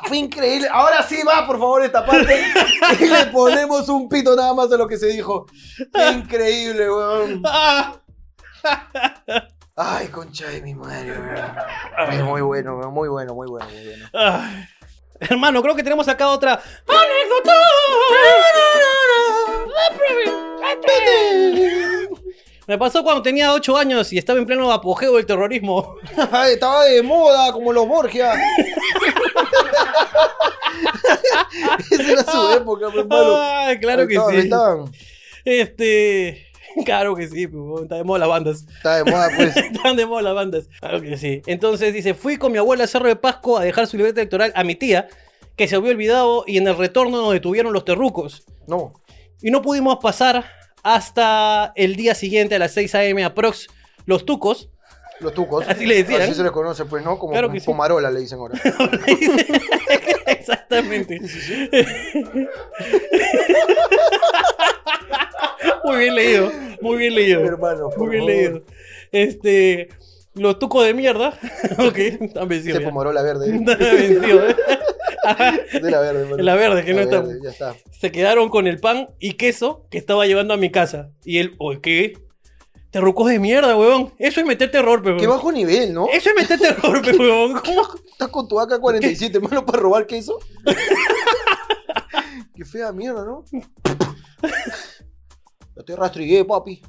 Fue increíble. Ahora sí va, por favor, esta parte. Y le ponemos un pito nada más a lo que se dijo. Qué increíble, weón.
¡Ah!
Ay, concha de mi madre, weón. Fue Muy bueno, weón. Muy bueno, muy bueno, muy bueno.
Ay. Hermano, creo que tenemos acá otra anécdota. Me pasó cuando tenía 8 años y estaba en pleno apogeo del terrorismo.
Ay, estaba de moda, como los Borgia. Esa era su época, mi hermano.
Ah, claro
Ahí
que
estaban, ahí
sí.
estaban.
Este, claro que sí, pues, está de moda las bandas.
Estaba de moda, pues.
Están de moda las bandas. Claro que sí. Entonces dice, fui con mi abuela a Cerro de Pasco a dejar su libreta electoral a mi tía, que se había olvidado y en el retorno nos detuvieron los terrucos.
No.
Y no pudimos pasar hasta el día siguiente a las 6 a.m. aprox los tucos.
Los tucos.
Así le decían.
Así se les conoce, pues, ¿no? Como
Claro que sí.
pomarola le dicen ahora.
Exactamente. Muy bien leído, muy bien leído.
hermano. por
Muy bien
favor.
leído. Este, los tucos de mierda. ok, están vencidos.
Ese
ya.
pomarola verde.
Están vencidos. ¿eh?
De la verde, hermano.
La verde, que no
La
está.
verde, Ya está.
Se quedaron con el pan y queso que estaba llevando a mi casa. Y él, oye, ¿qué? Terrucos de mierda, weón. Eso es meter terror, pe,
Qué
weón.
bajo nivel, ¿no?
Eso es meter terror, pe, weón. ¿Cómo?
Estás con tu AK-47, hermano, para robar queso. Qué fea mierda, ¿no? Yo te rastrillé, papi.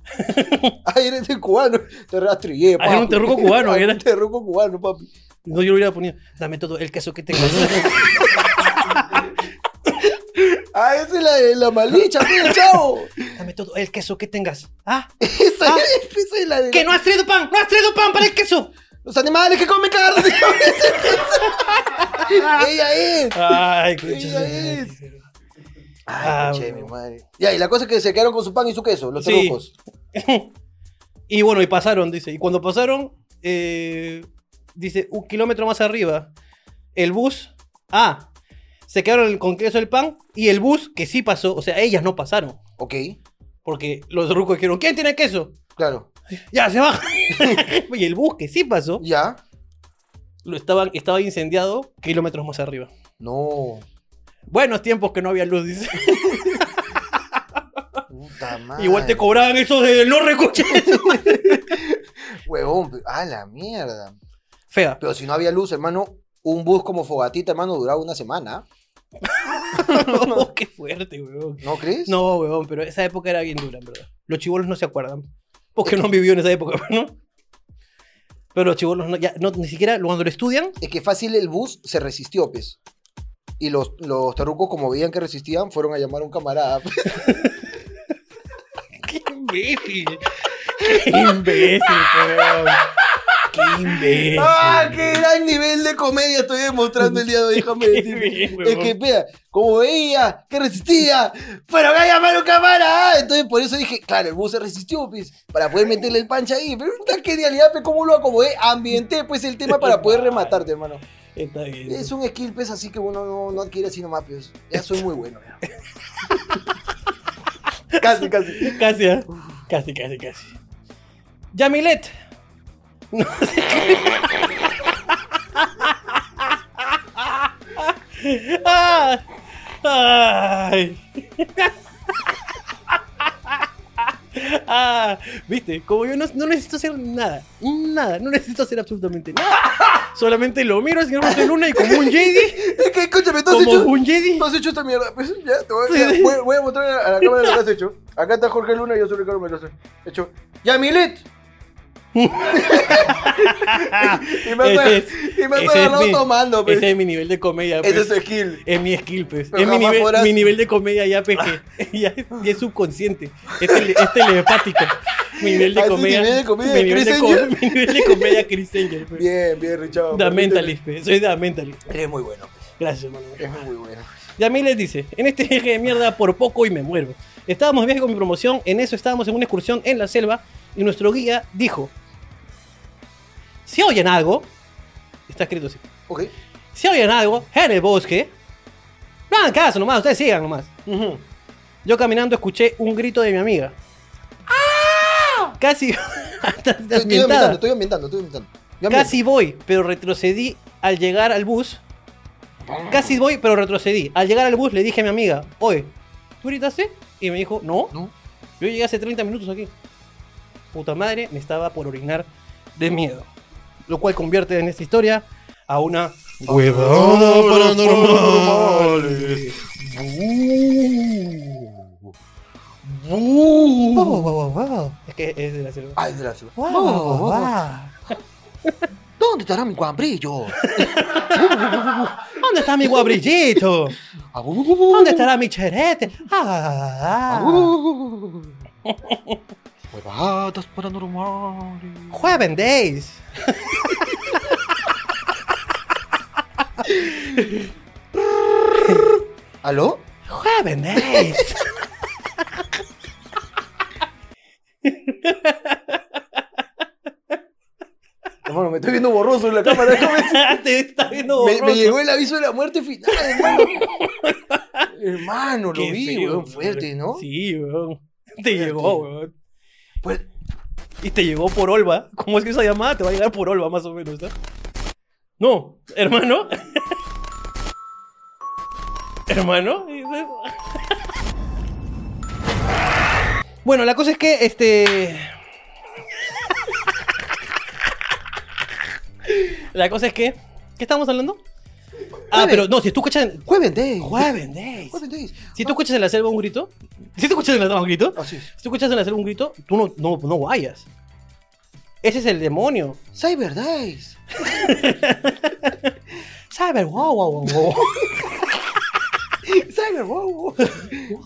Ay, eres de cubano. Te rastrillé,
Ah,
papi.
era un terruco cubano,
Ay,
era.
un terruco cubano, papi.
No, yo lo hubiera ponido. Dame todo el queso que tengas.
Ah, esa es la, de la malicha, mira, chavo.
Dame todo el queso que tengas. Ah,
Esa, es- esa es la de
que no has traído pan. No has traído pan para el queso.
los animales que comen carne. Ella es.
Ay,
Ella
qué
es.
Ah,
Ay, che, mi
bueno.
madre. Ya, y la cosa es que se quedaron con su pan y su queso, los
Sí.
terrucos.
Y bueno, y pasaron, dice. Y cuando pasaron, eh, dice, un kilómetro más arriba, el bus. Ah, se quedaron con queso el pan y el bus que sí pasó. O sea, ellas no pasaron.
Ok,
Porque los rucos dijeron, ¿quién tiene queso?
claro.
Ya, se baja. y el bus que sí pasó,
Ya.
lo estaban, estaba incendiado kilómetros más arriba.
No.
Buenos tiempos que no había luz, dice.
Puta madre.
Igual te cobraban eso de no recoche.
Huevón, pe- a la mierda.
Fea.
Pero si no había luz, hermano, un bus como fogatita, hermano, duraba una semana.
Oh, qué fuerte, weón.
¿No crees?
No, weón, pero esa época era bien dura, en verdad. Los chivolos no se acuerdan. Porque no han vivido en esa época, ¿no? Pero los chivolos no, ya, no, ni siquiera cuando lo estudian,
Es que fácil el bus se resistió, pues. Y los, los tarucos, como veían que resistían, fueron a llamar a un camarada. pues.
¡Qué imbécil! ¡Qué imbécil, weón! ¡Qué imbécil!
¡Ah, qué gran nivel de comedia estoy demostrando el día de hoy! Déjame decirte.
bien,
Es que, vea, como veía que resistía, fueron a llamar a un camarada. Ah, Entonces, por eso dije, claro, el bus se resistió, pues, para poder meterle el pancha ahí. Pero puta, qué genialidad, pues, cómo lo acomodé. Ambienté, pues, el tema para poder rematarte, hermano.
Está bien.
Es un skill, pues, así que uno no, no adquiere así nomás, pues. Ya soy muy bueno, ya. Casi, casi.
Casi, ¿eh? Casi, casi, casi. Yamilet. No sé. Ah, ay. Ah, viste, como yo no, no necesito hacer nada, nada, no necesito hacer absolutamente nada. Solamente lo miro al señor José Luna y como un Jedi,
Es que, escúchame, tú has
como
hecho...
un Jedi,
tú has hecho esta mierda, pues ya, te voy, ya, voy- voy a mostrar a la cámara lo que has hecho. Acá está Jorge Luna y yo soy Ricardo Meloso. Hecho. ¡Ya, Milet! Y me has,
Ese es-
y me has
ese es
agarrado
mi-
tomando, pues.
ese es mi nivel de comedia.
Ese
pues.
es el skill.
Es mi skill, pues.
Pero
es mi
jamás
nivel,
podrás-
mi nivel de comedia ya, pues, que ya, es- ya es subconsciente. Es, tele- es telepático. Mi nivel de
Ah, ¿es tu
comedia.
nivel de comedia
mi,
de
nivel
Chris
de co-
Angel?
mi nivel de comedia Chris Angel, pues.
Bien, bien, Richard.
Da Mentalist, pues. Soy Da Mentalist.
Eres muy bueno. pues.
Gracias, hermano.
Eres muy bueno.
Y a mí les dice, en este viaje de mierda por poco y me muero. Estábamos de viaje con mi promoción, en eso estábamos en una excursión en la selva y nuestro guía dijo, si oyen algo, está escrito así,
Ok.
si oyen algo en el bosque, no hagan caso nomás, ustedes sigan nomás. Yo caminando escuché un grito de mi amiga. Casi, hasta- hasta
Estoy, estoy
ambientada.
ambientando, estoy ambientando, estoy ambientando. Yo
Casi voy, pero retrocedí al llegar al bus. Casi voy, pero retrocedí. Al llegar al bus le dije a mi amiga, oye, ¿tú gritaste? Y me dijo, no.
No.
Yo llegué hace 30 minutos aquí. Puta madre, me estaba por orinar de miedo. Lo cual convierte en esta historia a una...
Huevada paranormal.
Wow, wow, wow, wow. Es que es de la selva.
Ay, gracias.
Wow,
Vamos, vamos,
wow.
vamos. ¿Dónde estará mi cuambrillo?
¿Dónde está mi guabrillito?
Ah, bu, bu, bu, bu.
¿Dónde estará mi cherete? Ah,
Ah, bu, bu, bu, bu. Huevadas paranormales.
Jueven Days.
¿Aló?
Jueven Days.
Hermano, me estoy viendo borroso en la cámara. déjame-
Te está viendo
Me, me
borroso.
llegó el aviso de la muerte final, hermano. hermano, lo
Qué
vi,
feo,
weón.
weón.
Fuerte, ¿no?
Sí, weón. Te llegó,
Fuerte.
weón.
Pues,
Y te llegó por Olva. ¿Cómo es que esa llamada te va a llegar por Olva, más o menos, ¿no? No, hermano. hermano. bueno, la cosa es que, este... la cosa es que... ¿Qué estábamos hablando? Ah,
Jueves.
pero no, si tú escuchas... en-
Jueves Day.
Jueves, Days.
Jueves Days.
Si tú escuchas en la selva un grito, si tú escuchas en la selva un grito,
Así es.
si tú escuchas en la selva un grito, tú no, no, no vayas. Ese es el demonio.
Cyber Days.
Cyber, wow, wow, wow, wow,
Cyber Wow.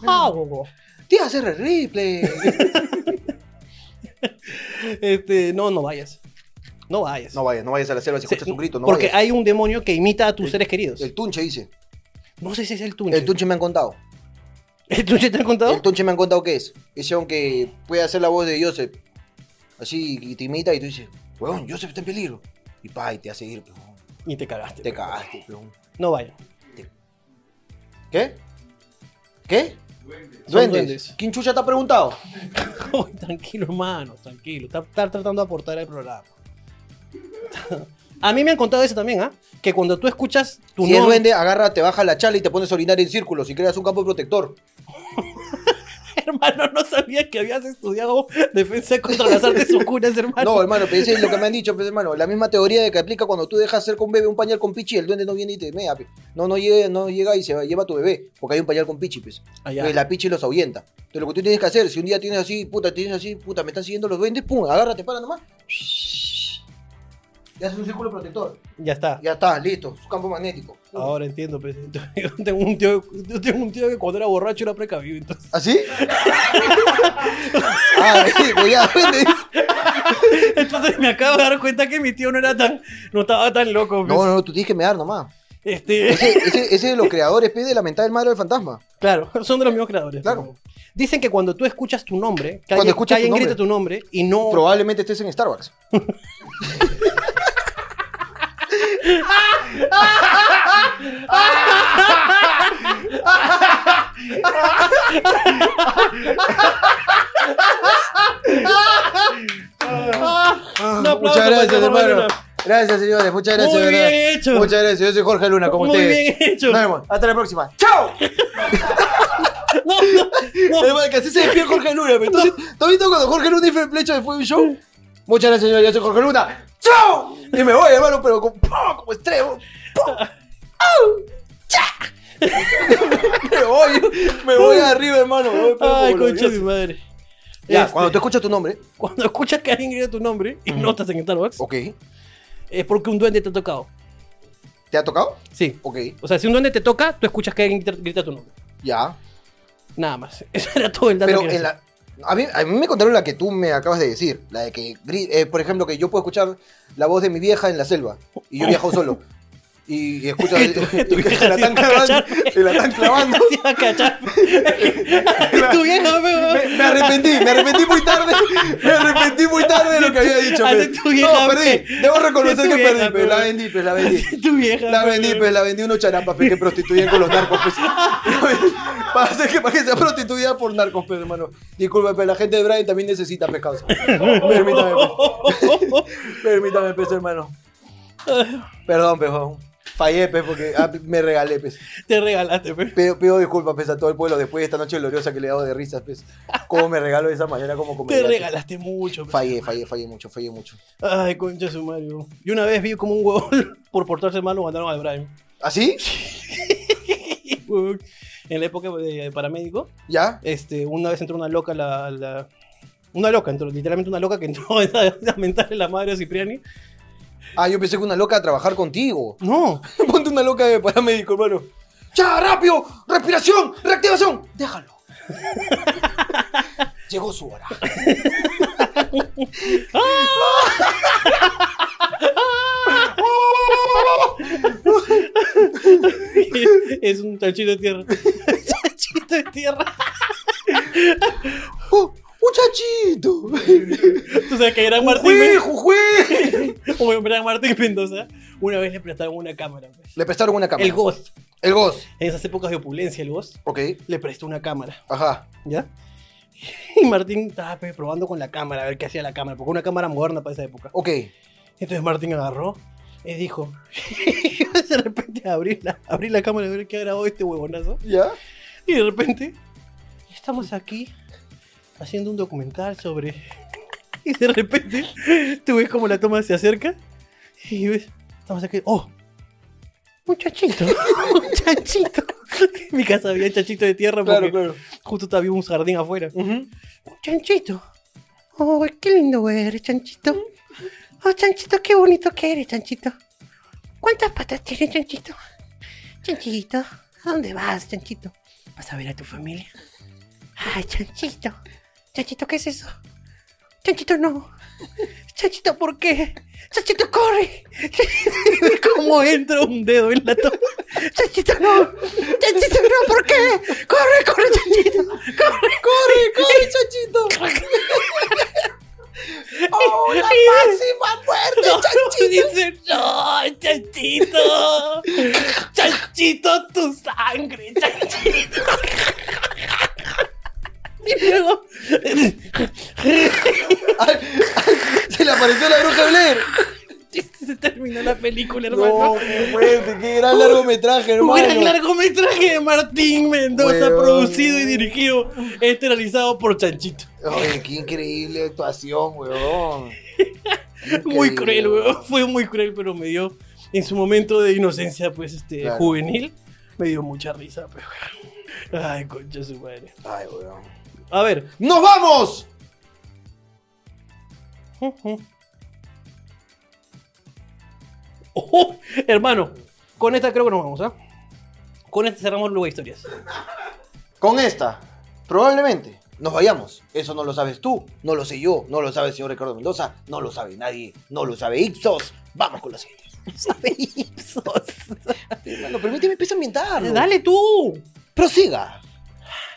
wow, wow, wow.
Tía hacer replay.
Este, no, no vayas. No vayas.
No vayas, no vayas a la selva si
Se-
escuchas un grito, no
porque
vayas.
hay un demonio que imita a tus seres queridos.
El Tunche dice.
no sé si es el Tunche.
El Tunche me han contado.
¿El Tunche te han contado?
El Tunche me han contado qué es. Ese aunque puede hacer la voz de Joseph. Así, y te imita y tú dices, weón, Joseph está en peligro. Y pa, y te hace ir, peón.
y te cagaste.
Te cagaste, peón.
No vayas.
¿Qué? ¿Qué?
Son
Duendes.
duendes.
¿Quién chucha te ha preguntado?
Uy, tranquilo, hermano, tranquilo. Está, está tratando de aportar al programa. A mí me han contado eso también, ¿ah? Que cuando tú escuchas tu
si es
nombre-
duende, agarra, te baja la chala y te pones a orinar en círculos y creas un campo protector.
hermano, no sabía que habías estudiado defensa contra las artes oscuras, hermano.
No, hermano, pero eso es lo que me han dicho, pues, hermano. La misma teoría de que aplica cuando tú dejas cerca un bebé un pañal con pichi, el duende no viene y te mea, pues. No, no llega, no llega y se va- lleva a tu bebé, porque hay un pañal con pichi, pues.
Ah, ya.
Pues, la pichi los ahuyenta. Entonces lo que tú tienes que hacer, si un día tienes así, puta, tienes así, puta, me están siguiendo los duendes, pum, agárrate, para nomás. Y haces un círculo protector.
Ya está.
Ya está, listo, su campo magnético. Pum.
Ahora entiendo, pues. Entonces, Yo tengo, un tío, yo tengo un tío que cuando era borracho era precavido, entonces.
¿Así? ah, sí, pues ya, duendes.
Entonces me acabo de dar cuenta que mi tío no era tan. no estaba tan loco, pues.
No, no, no, tú tienes que mear nomás.
Este.
Ese, ese, ese de los creadores, pide la mentada del madre del fantasma.
Claro, son de los mismos creadores.
Claro.
pero- Dicen que cuando tú escuchas tu nombre, que
Cuando
alguien,
escuchas
que
tu
alguien grita tu nombre y no.
Probablemente estés en Starbucks. Ah,
Un aplauso
muchas
para
gracias,
Jorge
hermano.
Luna.
Gracias, señores. Muchas gracias.
Muy
de verdad.
bien hecho.
Muchas gracias. Yo soy Jorge Luna, como
Muy
ustedes.
bien hecho.
Nos vemos. Hasta la próxima. ¡Chao!
No, no, no.
Además, que así se despidió Jorge Luna. pero Entonces, ¿tú has visto cuando Jorge Luna hizo el plecho después de un show? Muchas gracias, señores. Yo soy Jorge Luna. ¡Chao! Y me voy, hermano, pero con, ¡pum! como extremo. ¡pum! ¡Au! ¡Cha! me voy, me voy arriba, hermano. Me voy, pero
Ay,
como
concha de mi
orgulloso.
madre.
Ya,
Este,
cuando tú escuchas tu nombre,
cuando escuchas que alguien grita tu nombre y no estás en Starbucks,
ok,
es porque un duende te ha tocado.
¿te ha tocado?
Sí.
Ok,
O sea, si un duende te toca, tú escuchas que alguien grita- grita tu nombre.
ya.
Nada más. Eso era todo el dato
Pero
que
en la, a, mí, a mí me contaron la que tú me acabas de decir. La de que, gri- eh, por ejemplo, que yo puedo escuchar la voz de mi vieja en la selva. Y yo viajo solo. Y, y escucho.
Oh. tu
y que
vieja
se la
sí
están
va a
clavando.
cachar.
Se la están clavando.
Así va a cachar. Es que- tu vieja,
Me,
me-
me arrepentí, me arrepentí muy tarde. Me arrepentí muy tarde de lo que había dicho.
Así
pe.
tu vieja,
no, perdí.
pe.
Debo
Así
reconocer
tu
que
vieja,
perdí. pe.
pe.
La vendí, pe, la vendí.
tu vieja.
La
me-
vendí, pues, la vendí unos charapas pe, que prostituyen con los narcos. Pues. para, hacer que, para que sea prostituida por narcos, pues, hermano. Disculpe, pero la gente de Brian también necesita pescado. Permítame, pues. Permítame, pues, hermano. Perdón, pues, huevón. Fallé, pues, porque ah, me regalé, pues.
Te regalaste, pero.
Pido, pido disculpas, pues, a todo el pueblo después de esta noche gloriosa que le he dado de risas, pues. Cómo me regalo de esa manera como
Te
comediante.
regalaste mucho. pe.
Fallé, fallé, fallé mucho, fallé mucho.
Ay, concha de su madre. bro. Yo una vez vi como un huevón por portarse mal lo mandaron al Brian.
¿Así?
Huevón. En la época eh, de paramédico,
¿Ya?
este, una vez entró una loca a la, a la- Una loca, entró, literalmente una loca que entró a mentarle la madre a Cipriani.
Ah, yo pensé que una loca a trabajar contigo.
No,
Ponte una loca de paramédico, hermano. ¡Ya, rápido! ¡Respiración! ¡Reactivación! Déjalo. Llegó su hora.
es un chanchito de tierra. chanchito de tierra.
¡Oh, muchachito!
Tú sabes que Gran Martín,
¡Jujuy, jujuy!
como en Gran Martín Mendoza, una vez le prestaron una cámara. pues.
Le prestaron una cámara.
El Ghost,
El Ghost.
en esas épocas de opulencia, el Ghost,
Ok,
le prestó una cámara.
ajá.
¿Ya? Y Martín estaba pues, probando con la cámara, a ver qué hacía la cámara, porque una cámara moderna para esa época.
Ok.
Entonces Martín agarró y dijo, de repente abrí la, abrí la cámara a ver qué ha grabado este huevonazo.
¿Ya?
Y de repente, estamos aquí haciendo un documental sobre... Y de repente, tú ves como la toma se acerca y ves, estamos aquí, ¡oh! Muchachito, muchachito. En mi casa había chanchito de tierra porque
Claro, claro.
justo había un jardín afuera.
Ujú.
Chanchito. Oh, qué lindo eres, Chanchito. Oh, Chanchito, qué bonito que eres, Chanchito. ¿Cuántas patas tienes, Chanchito? Chanchito, ¿a dónde vas, Chanchito? ¿Vas a ver a tu familia? Ay, Chanchito. Chanchito, ¿qué es eso? Chanchito, no. Chanchito, ¿por qué? Chanchito, corre. ¿Cómo entra un dedo en la toma? Chanchito, no. Chanchito, no, ¿por qué? Corre, corre, Chanchito. Corre, corre, corre, Chanchito.
¡Oh, la máxima muerte,
Chanchito. Dice, no, Chanchito. Chanchito, tu sangre, Chanchito. Y luego.
Ay, ay, se le apareció la bruja Blair.
Se terminó la película,
No,
hermano.
qué fuerte, qué gran largometraje, hermano.
Gran largometraje de Martín Mendoza,
Huevón.
producido y dirigido, esterilizado por Chanchito.
Oye, qué increíble actuación, weón.
Muy
Increíble,
cruel, weón. Fue muy cruel, pero me dio, en su momento de inocencia, pues, este,
Claro.
juvenil, me dio mucha risa, pero. weón. Ay, concha de su madre.
Ay, weón.
A ver.
¡Nos vamos!
Ojo, oh, hermano, con esta creo que nos vamos, ¿ah? Con esta cerramos luego historias.
Con esta, probablemente nos vayamos. Eso no lo sabes tú, no lo sé yo, no lo sabe el señor Ricardo Mendoza, no lo sabe nadie, no lo sabe Ipsos. Vamos con los siguientes.
Sabe Ipsos.
Hermano, permíteme empieza a ambientarlo.
Eh, Dale tú.
Prosiga.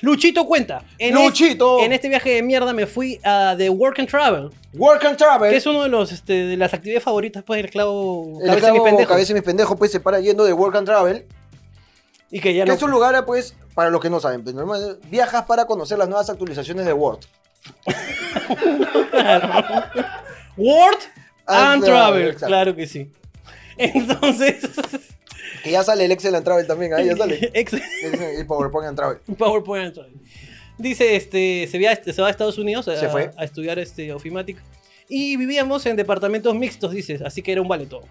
Luchito cuenta. En
Luchito.
es- en este viaje de mierda me fui a The Work and Travel,
Work and Travel.
que es uno de los este, de las actividades favoritas pues, del clavo
el
cabeza y
esclavo
mis pendejos.
Cabeza y mis pendejos, pues se para yendo de Work and Travel.
Y que ya
Que
no.
es un lugar, pues, para los que no saben, pues, normal, viajas para conocer las nuevas actualizaciones de Word.
Work and Travel,
And Travel, Ah, exacto.
claro que sí. Entonces,
Que ya sale el Excel and Travel también, ahí Ah, ya sale.
ex-
El PowerPoint and Travel.
PowerPoint and Travel. Dice, este, se, via- se va a Estados Unidos a,
Se fue.
a estudiar este, ofimática. Y vivíamos en departamentos mixtos, dices, así que era un vale todo.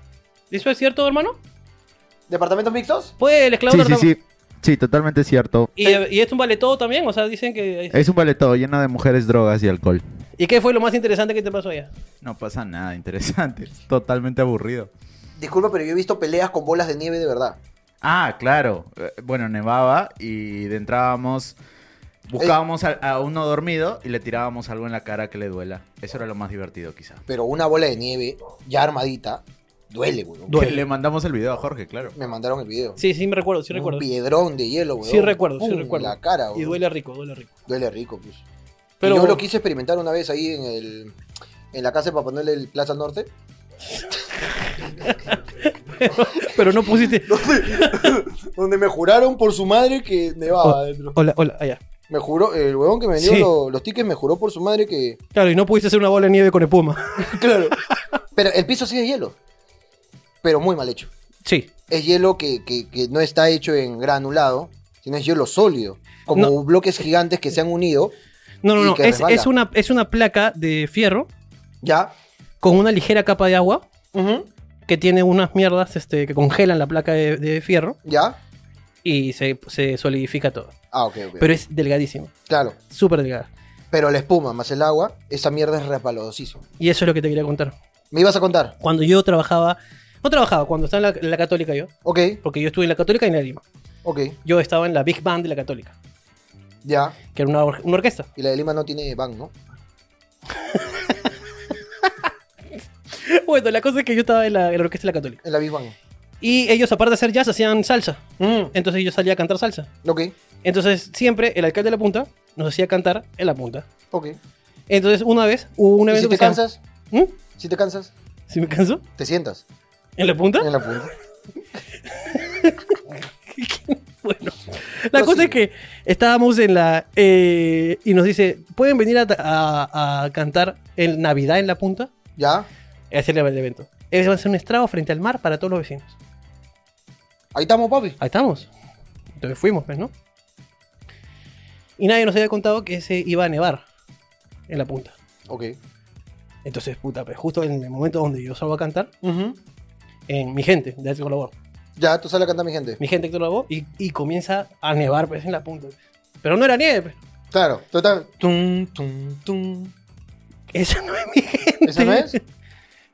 ¿Eso es cierto, hermano?
¿Departamentos mixtos?
Pues el esclavo
Sí, sí,
trataba-
sí. Sí, Eh. totalmente cierto.
¿Y, y es un vale todo también? O sea, dicen que...
Es un baletado lleno de mujeres, drogas y alcohol.
¿Y qué fue lo más interesante que te pasó allá?
No pasa nada interesante. Es totalmente aburrido.
Disculpa, pero yo he visto peleas con bolas de nieve de verdad.
Ah, claro. Eh, Bueno, nevaba y de entrábamos. Buscábamos a, a uno dormido y le tirábamos algo en la cara que le duela. Eso era lo más divertido, quizá.
Pero una bola de nieve ya armadita, duele, weón.
Duele.
Le mandamos el video a Jorge, claro.
Me mandaron el video.
Sí, sí, me recuerdo, sí
un
recuerdo.
piedrón de hielo, weón.
Sí recuerdo, sí
Pum,
recuerdo.
La cara,
Y
weón.
duele rico, duele rico.
Duele rico, pues.
Pero-
Pero yo lo quise experimentar una vez ahí en el. En la casa de Papá Noel del Plaza Norte.
Pero no pusiste...
Donde me juraron por su madre que nevaba adentro.
Hola, hola, allá.
Me juró, el huevón que me vendió
Sí.
lo- los tickets me juró por su madre que.
Claro, y no pudiste hacer una bola de nieve con espuma.
Claro. Pero el piso sí es hielo. Pero muy mal hecho.
Sí.
Es hielo que, que- que no está hecho en granulado, sino es hielo sólido. Como
No.
bloques gigantes que se han unido.
No, no,
Y
no.
que
Es,
resbala.
es una, es una placa de fierro
Ya.
con una ligera capa de agua
Ujú.
que tiene unas mierdas este, que congelan la placa de, de fierro
Ya.
y se, se solidifica todo.
Ah, ok, ok.
Pero es delgadísimo,
claro.
súper delgada.
Pero la espuma más el agua, esa mierda es resbalosísima.
Y eso es lo que te quería contar.
Me ibas a contar.
Cuando yo trabajaba, no trabajaba, cuando estaba en la, en la católica yo,
Ok,
porque yo estuve en la católica y en la Lima.
ok.
Yo estaba en la Big Band de la católica,
Ya.
que era una, or- una orquesta.
Y la de Lima no tiene van, ¿no?
Bueno, la cosa es que yo estaba en la, en la orquesta de la católica.
En la Big Bang.
Y ellos, aparte de hacer jazz, hacían salsa. Entonces yo salía a cantar salsa.
Ok,
Entonces, siempre el alcalde de la punta nos hacía cantar en la punta.
ok.
Entonces, una vez hubo un
¿Y
evento
si
que se
te
llama-
cansas?
¿Mm?
Si te cansas,
¿Si me canso?
te sientas
¿En la punta?
en la punta.
Bueno, la
No,
cosa
sí.
es que estábamos en la. eh, y nos dice: ¿pueden venir a, a- a cantar en Navidad en la punta?
Ya.
Y hacerle el evento. Eh, Va a ser un estrado frente al mar para todos los vecinos.
Ahí estamos, papi.
Ahí estamos. Entonces fuimos, pues, ¿no? Y nadie nos había contado que se iba a nevar en la punta.
Ok.
Entonces, puta, pues justo en el momento donde yo salgo a cantar, en mi gente de Héctor Lavoe.
Ya, tú sales a cantar, mi gente.
Mi gente de Héctor Lavoe y, y comienza a nevar pues, en la punta. Pero no era nieve. pues.
Claro, total. Tum, tum, tum.
Esa no es mi gente.
¿Esa no es?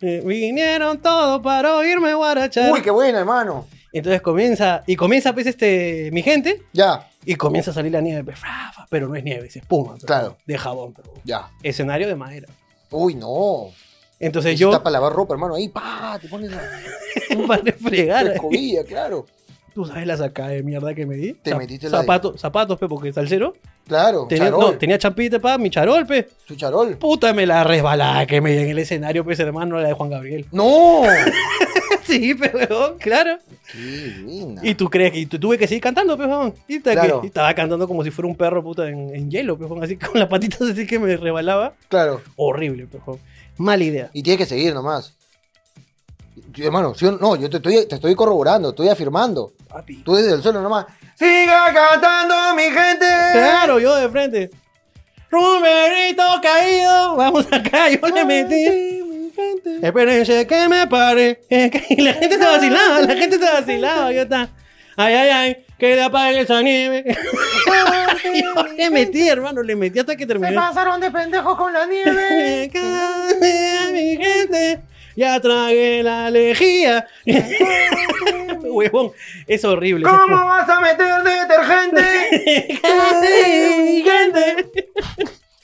Eh, Vinieron todos para oírme guarachar.
Uy, qué buena, hermano.
Entonces comienza, y comienza pues este, mi gente,
Ya,
y comienza a salir la nieve. pues, fra, fra, Pero no es nieve, es espuma. pues,
Claro.
De jabón. pero-
ya.
Escenario de madera.
Uy, no.
Entonces
Está
yo,
para lavar ropa, hermano. Ahí, pa, te pones la
para fregar,
escobilla, claro.
tú sabes la sacada de mierda que me di.
Te
Zap-
metiste la de-
zapatos, zapatos, pe, porque salsero.
Claro,
Tenía,
charol.
no, tenía champita, pa, mi charol, pe.
Tu charol.
Puta, me la resbalada que me di en el escenario, pues hermano, la de Juan Gabriel.
¡No!
sí, pero huevón, claro.
Qué divina.
Y tú crees que y tú- tuve que seguir cantando, pues, huevón. Y, ta-
Claro.
que- y estaba cantando como si fuera un perro puta en, en hielo, pues, huevón, así con las patitas así que me rebalaba.
Claro.
Horrible, pues, huevón. Mala idea.
Y tienes que seguir nomás. Y- Hermano, sí o- no, yo te estoy, te estoy corroborando, estoy afirmando.
Papi.
Tú desde el suelo nomás. ¡Siga cantando, mi gente!
Claro, yo de frente. Rumerito caído, vamos acá, yo le metí. Espérense que me pare. Es que- Y la gente se vacilaba, la gente se vacilaba, yo está. Ay, ay, ay, que le apaguen el sonido. Yo le metí, hermano, le metí hasta que terminó.
pasaron de pendejos con la nieve.
Cálmate, mi gente, ya tragué la lejía. Huevón, es horrible. esa
¿Cómo vas a meter detergente?
Ay, gente.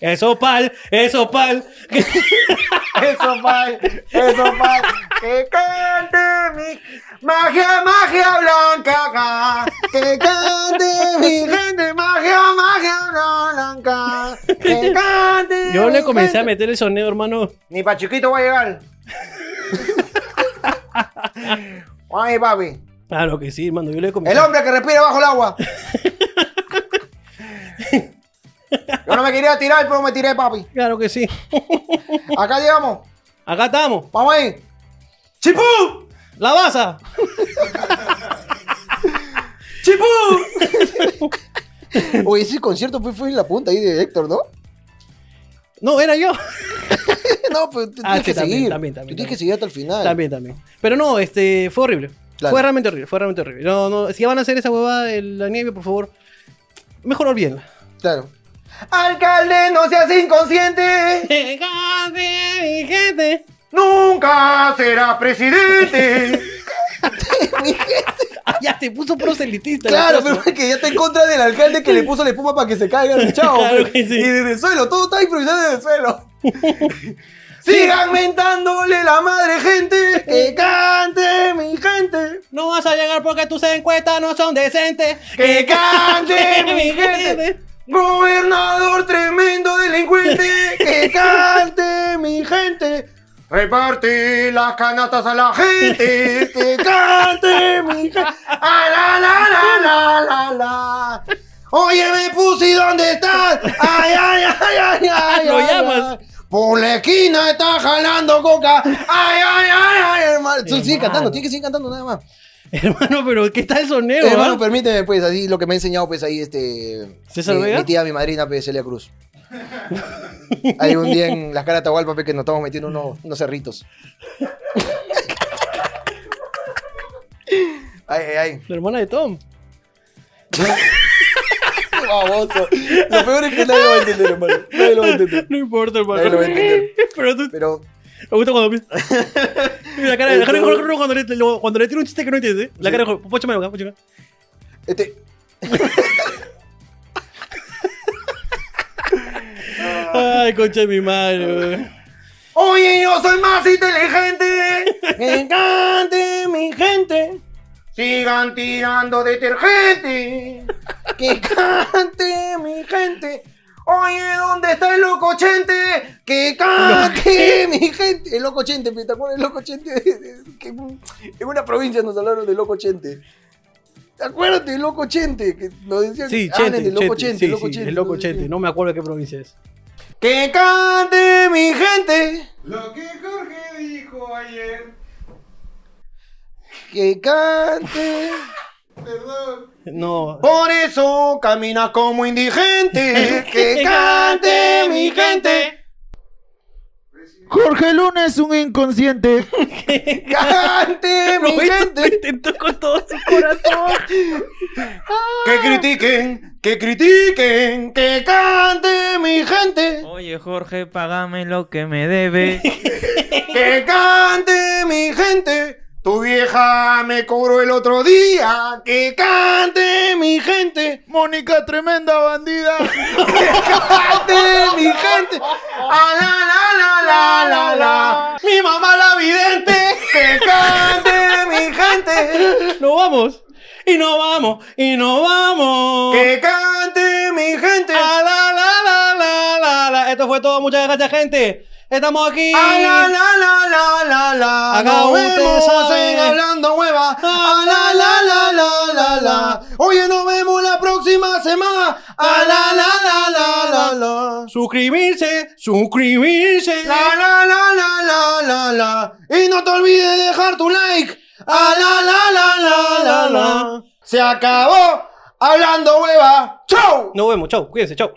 Eso pal, eso pal.
Eso mal, eso mal. Que cante mi magia, magia blanca acá. Que cante mi gente, magia, magia blanca. Que cante.
Yo le
mi
comencé a
gente.
meter el sonido, hermano.
Ni pa' chiquito va a llegar. Ay, papi.
Claro que sí, hermano. Yo le comencé.
El hombre que respira bajo el agua. Yo no me quería tirar, pero me tiré, papi.
Claro que sí.
Acá llegamos.
Acá estamos.
Vamos ahí. ¡Chipú!
La baza.
¡Chipú! Oye, ese concierto fue, fue en la punta ahí de Héctor, ¿no?
No, era yo.
No, pero tú
Ah,
tienes
sí,
que
también,
seguir.
también, también,
tú tienes
también.
que seguir hasta el final.
También, también. Pero no, este, fue horrible.
Claro.
Fue realmente horrible, fue realmente horrible. No, no, si ya van a hacer esa huevada de la nieve, por favor, mejor olvídenla.
Claro. Alcalde, no seas inconsciente.
mi gente.
Nunca será presidente.
Ah, ya te puso proselitista. la
claro,
cosa.
pero es que ya está en contra del alcalde que le puso la espuma para que se caiga el chavo.
Claro
pues.
que sí.
Y desde el suelo, todo está improvisado desde el suelo. Sigan mentándole la madre, gente. Que cante, mi gente.
No vas a llegar porque tus encuestas no son decentes.
Que cante, mi gente. Gobernador tremendo delincuente, que cante mi gente. Reparte las canastas a la gente, que cante mi gente. Ah, la, la, la, la, la, la. Oye, me puse, ¿y dónde estás? Ay, ay, ay, ay, ay.
Lo
ay,
llamas.
ay. Por la esquina está jalando coca. Ay, ay, ay, ay, hermano. Tú sigue
Hermano.
cantando, tienes que seguir cantando nada más.
Hermano, pero ¿qué tal el soneo?
Hermano,
ah?
permíteme, pues, así lo que me ha enseñado, pues, ahí este.
¿César
mi,
Vega?
mi tía, mi madrina, pues, Celia Cruz. Hay un día en las caras de Atahualpa, pues, que nos estamos metiendo unos, unos cerritos. Ay, ay, ay.
La hermana de Tom.
Qué baboso. Lo peor es que nadie lo va a entender, hermano. Nadie lo va a entender.
No importa, hermano.
Nadie lo va a entender.
Pero tú,
Pero,
me gusta cuando pi- Mira la cara de Jorge, Jorge, Jorge, cuando le, lo- cuando le tiro un chiste que no entiende. ¿eh? La cara de Jorge. Póchame acá, póchame acá.
este.
Ay, concha de mi madre, weón.
Oye, yo soy más inteligente. Me encante mi gente. Sigan tirando detergente. Que cante mi gente. Oye, ¿dónde está el loco chente? Que cante mi gente. El loco chente, pues, ¿te acuerdas del loco chente? Que en una provincia nos hablaron del loco chente. ¿Te acuerdas del loco chente? Que nos decían
Sí,
"Hablen
Chente,
del Ah, loco
Chente,
chente.
sí,
loco
sí,
chente,
el loco
no sé qué.
Chente. No me acuerdo qué provincia es.
Que cante mi gente.
Lo que Jorge dijo ayer.
Que cante.
Perdón.
No.
Por eso camina como indigente. Que cante mi gente.
Jorge Luna es un inconsciente.
Cante mi
Lo
gente.
intentó con todo su corazón.
Que critiquen, que critiquen. Que cante mi gente.
Oye Jorge, pagame lo que me debe.
Que cante mi gente. Tu vieja me cobró el otro día. Que cante mi gente.
Mónica, tremenda bandida.
Cante mi gente. Ah, la, la, la, la, la, la. Mi mamá la vidente. Que cante mi gente.
Nos vamos. Y nos vamos. Y nos vamos.
Que cante mi gente.
Ah, la, la, la, la, la, la. Esto fue todo. Muchas gracias, gente. Estamos aquí.
Ah, la, la, la, la la la.
Acá
Nos
un
vemos
sabe.
en hablando hueva. A Ah, la la la la la la. Oye, nos vemos la próxima semana. A la la la la la la.
Suscribirse, suscribirse.
La la la la la la la. Y no te olvides de dejar tu like. A la la la la la la. Se acabó. Hablando hueva. ¡Chau!
Nos vemos, chau, cuídense, chau.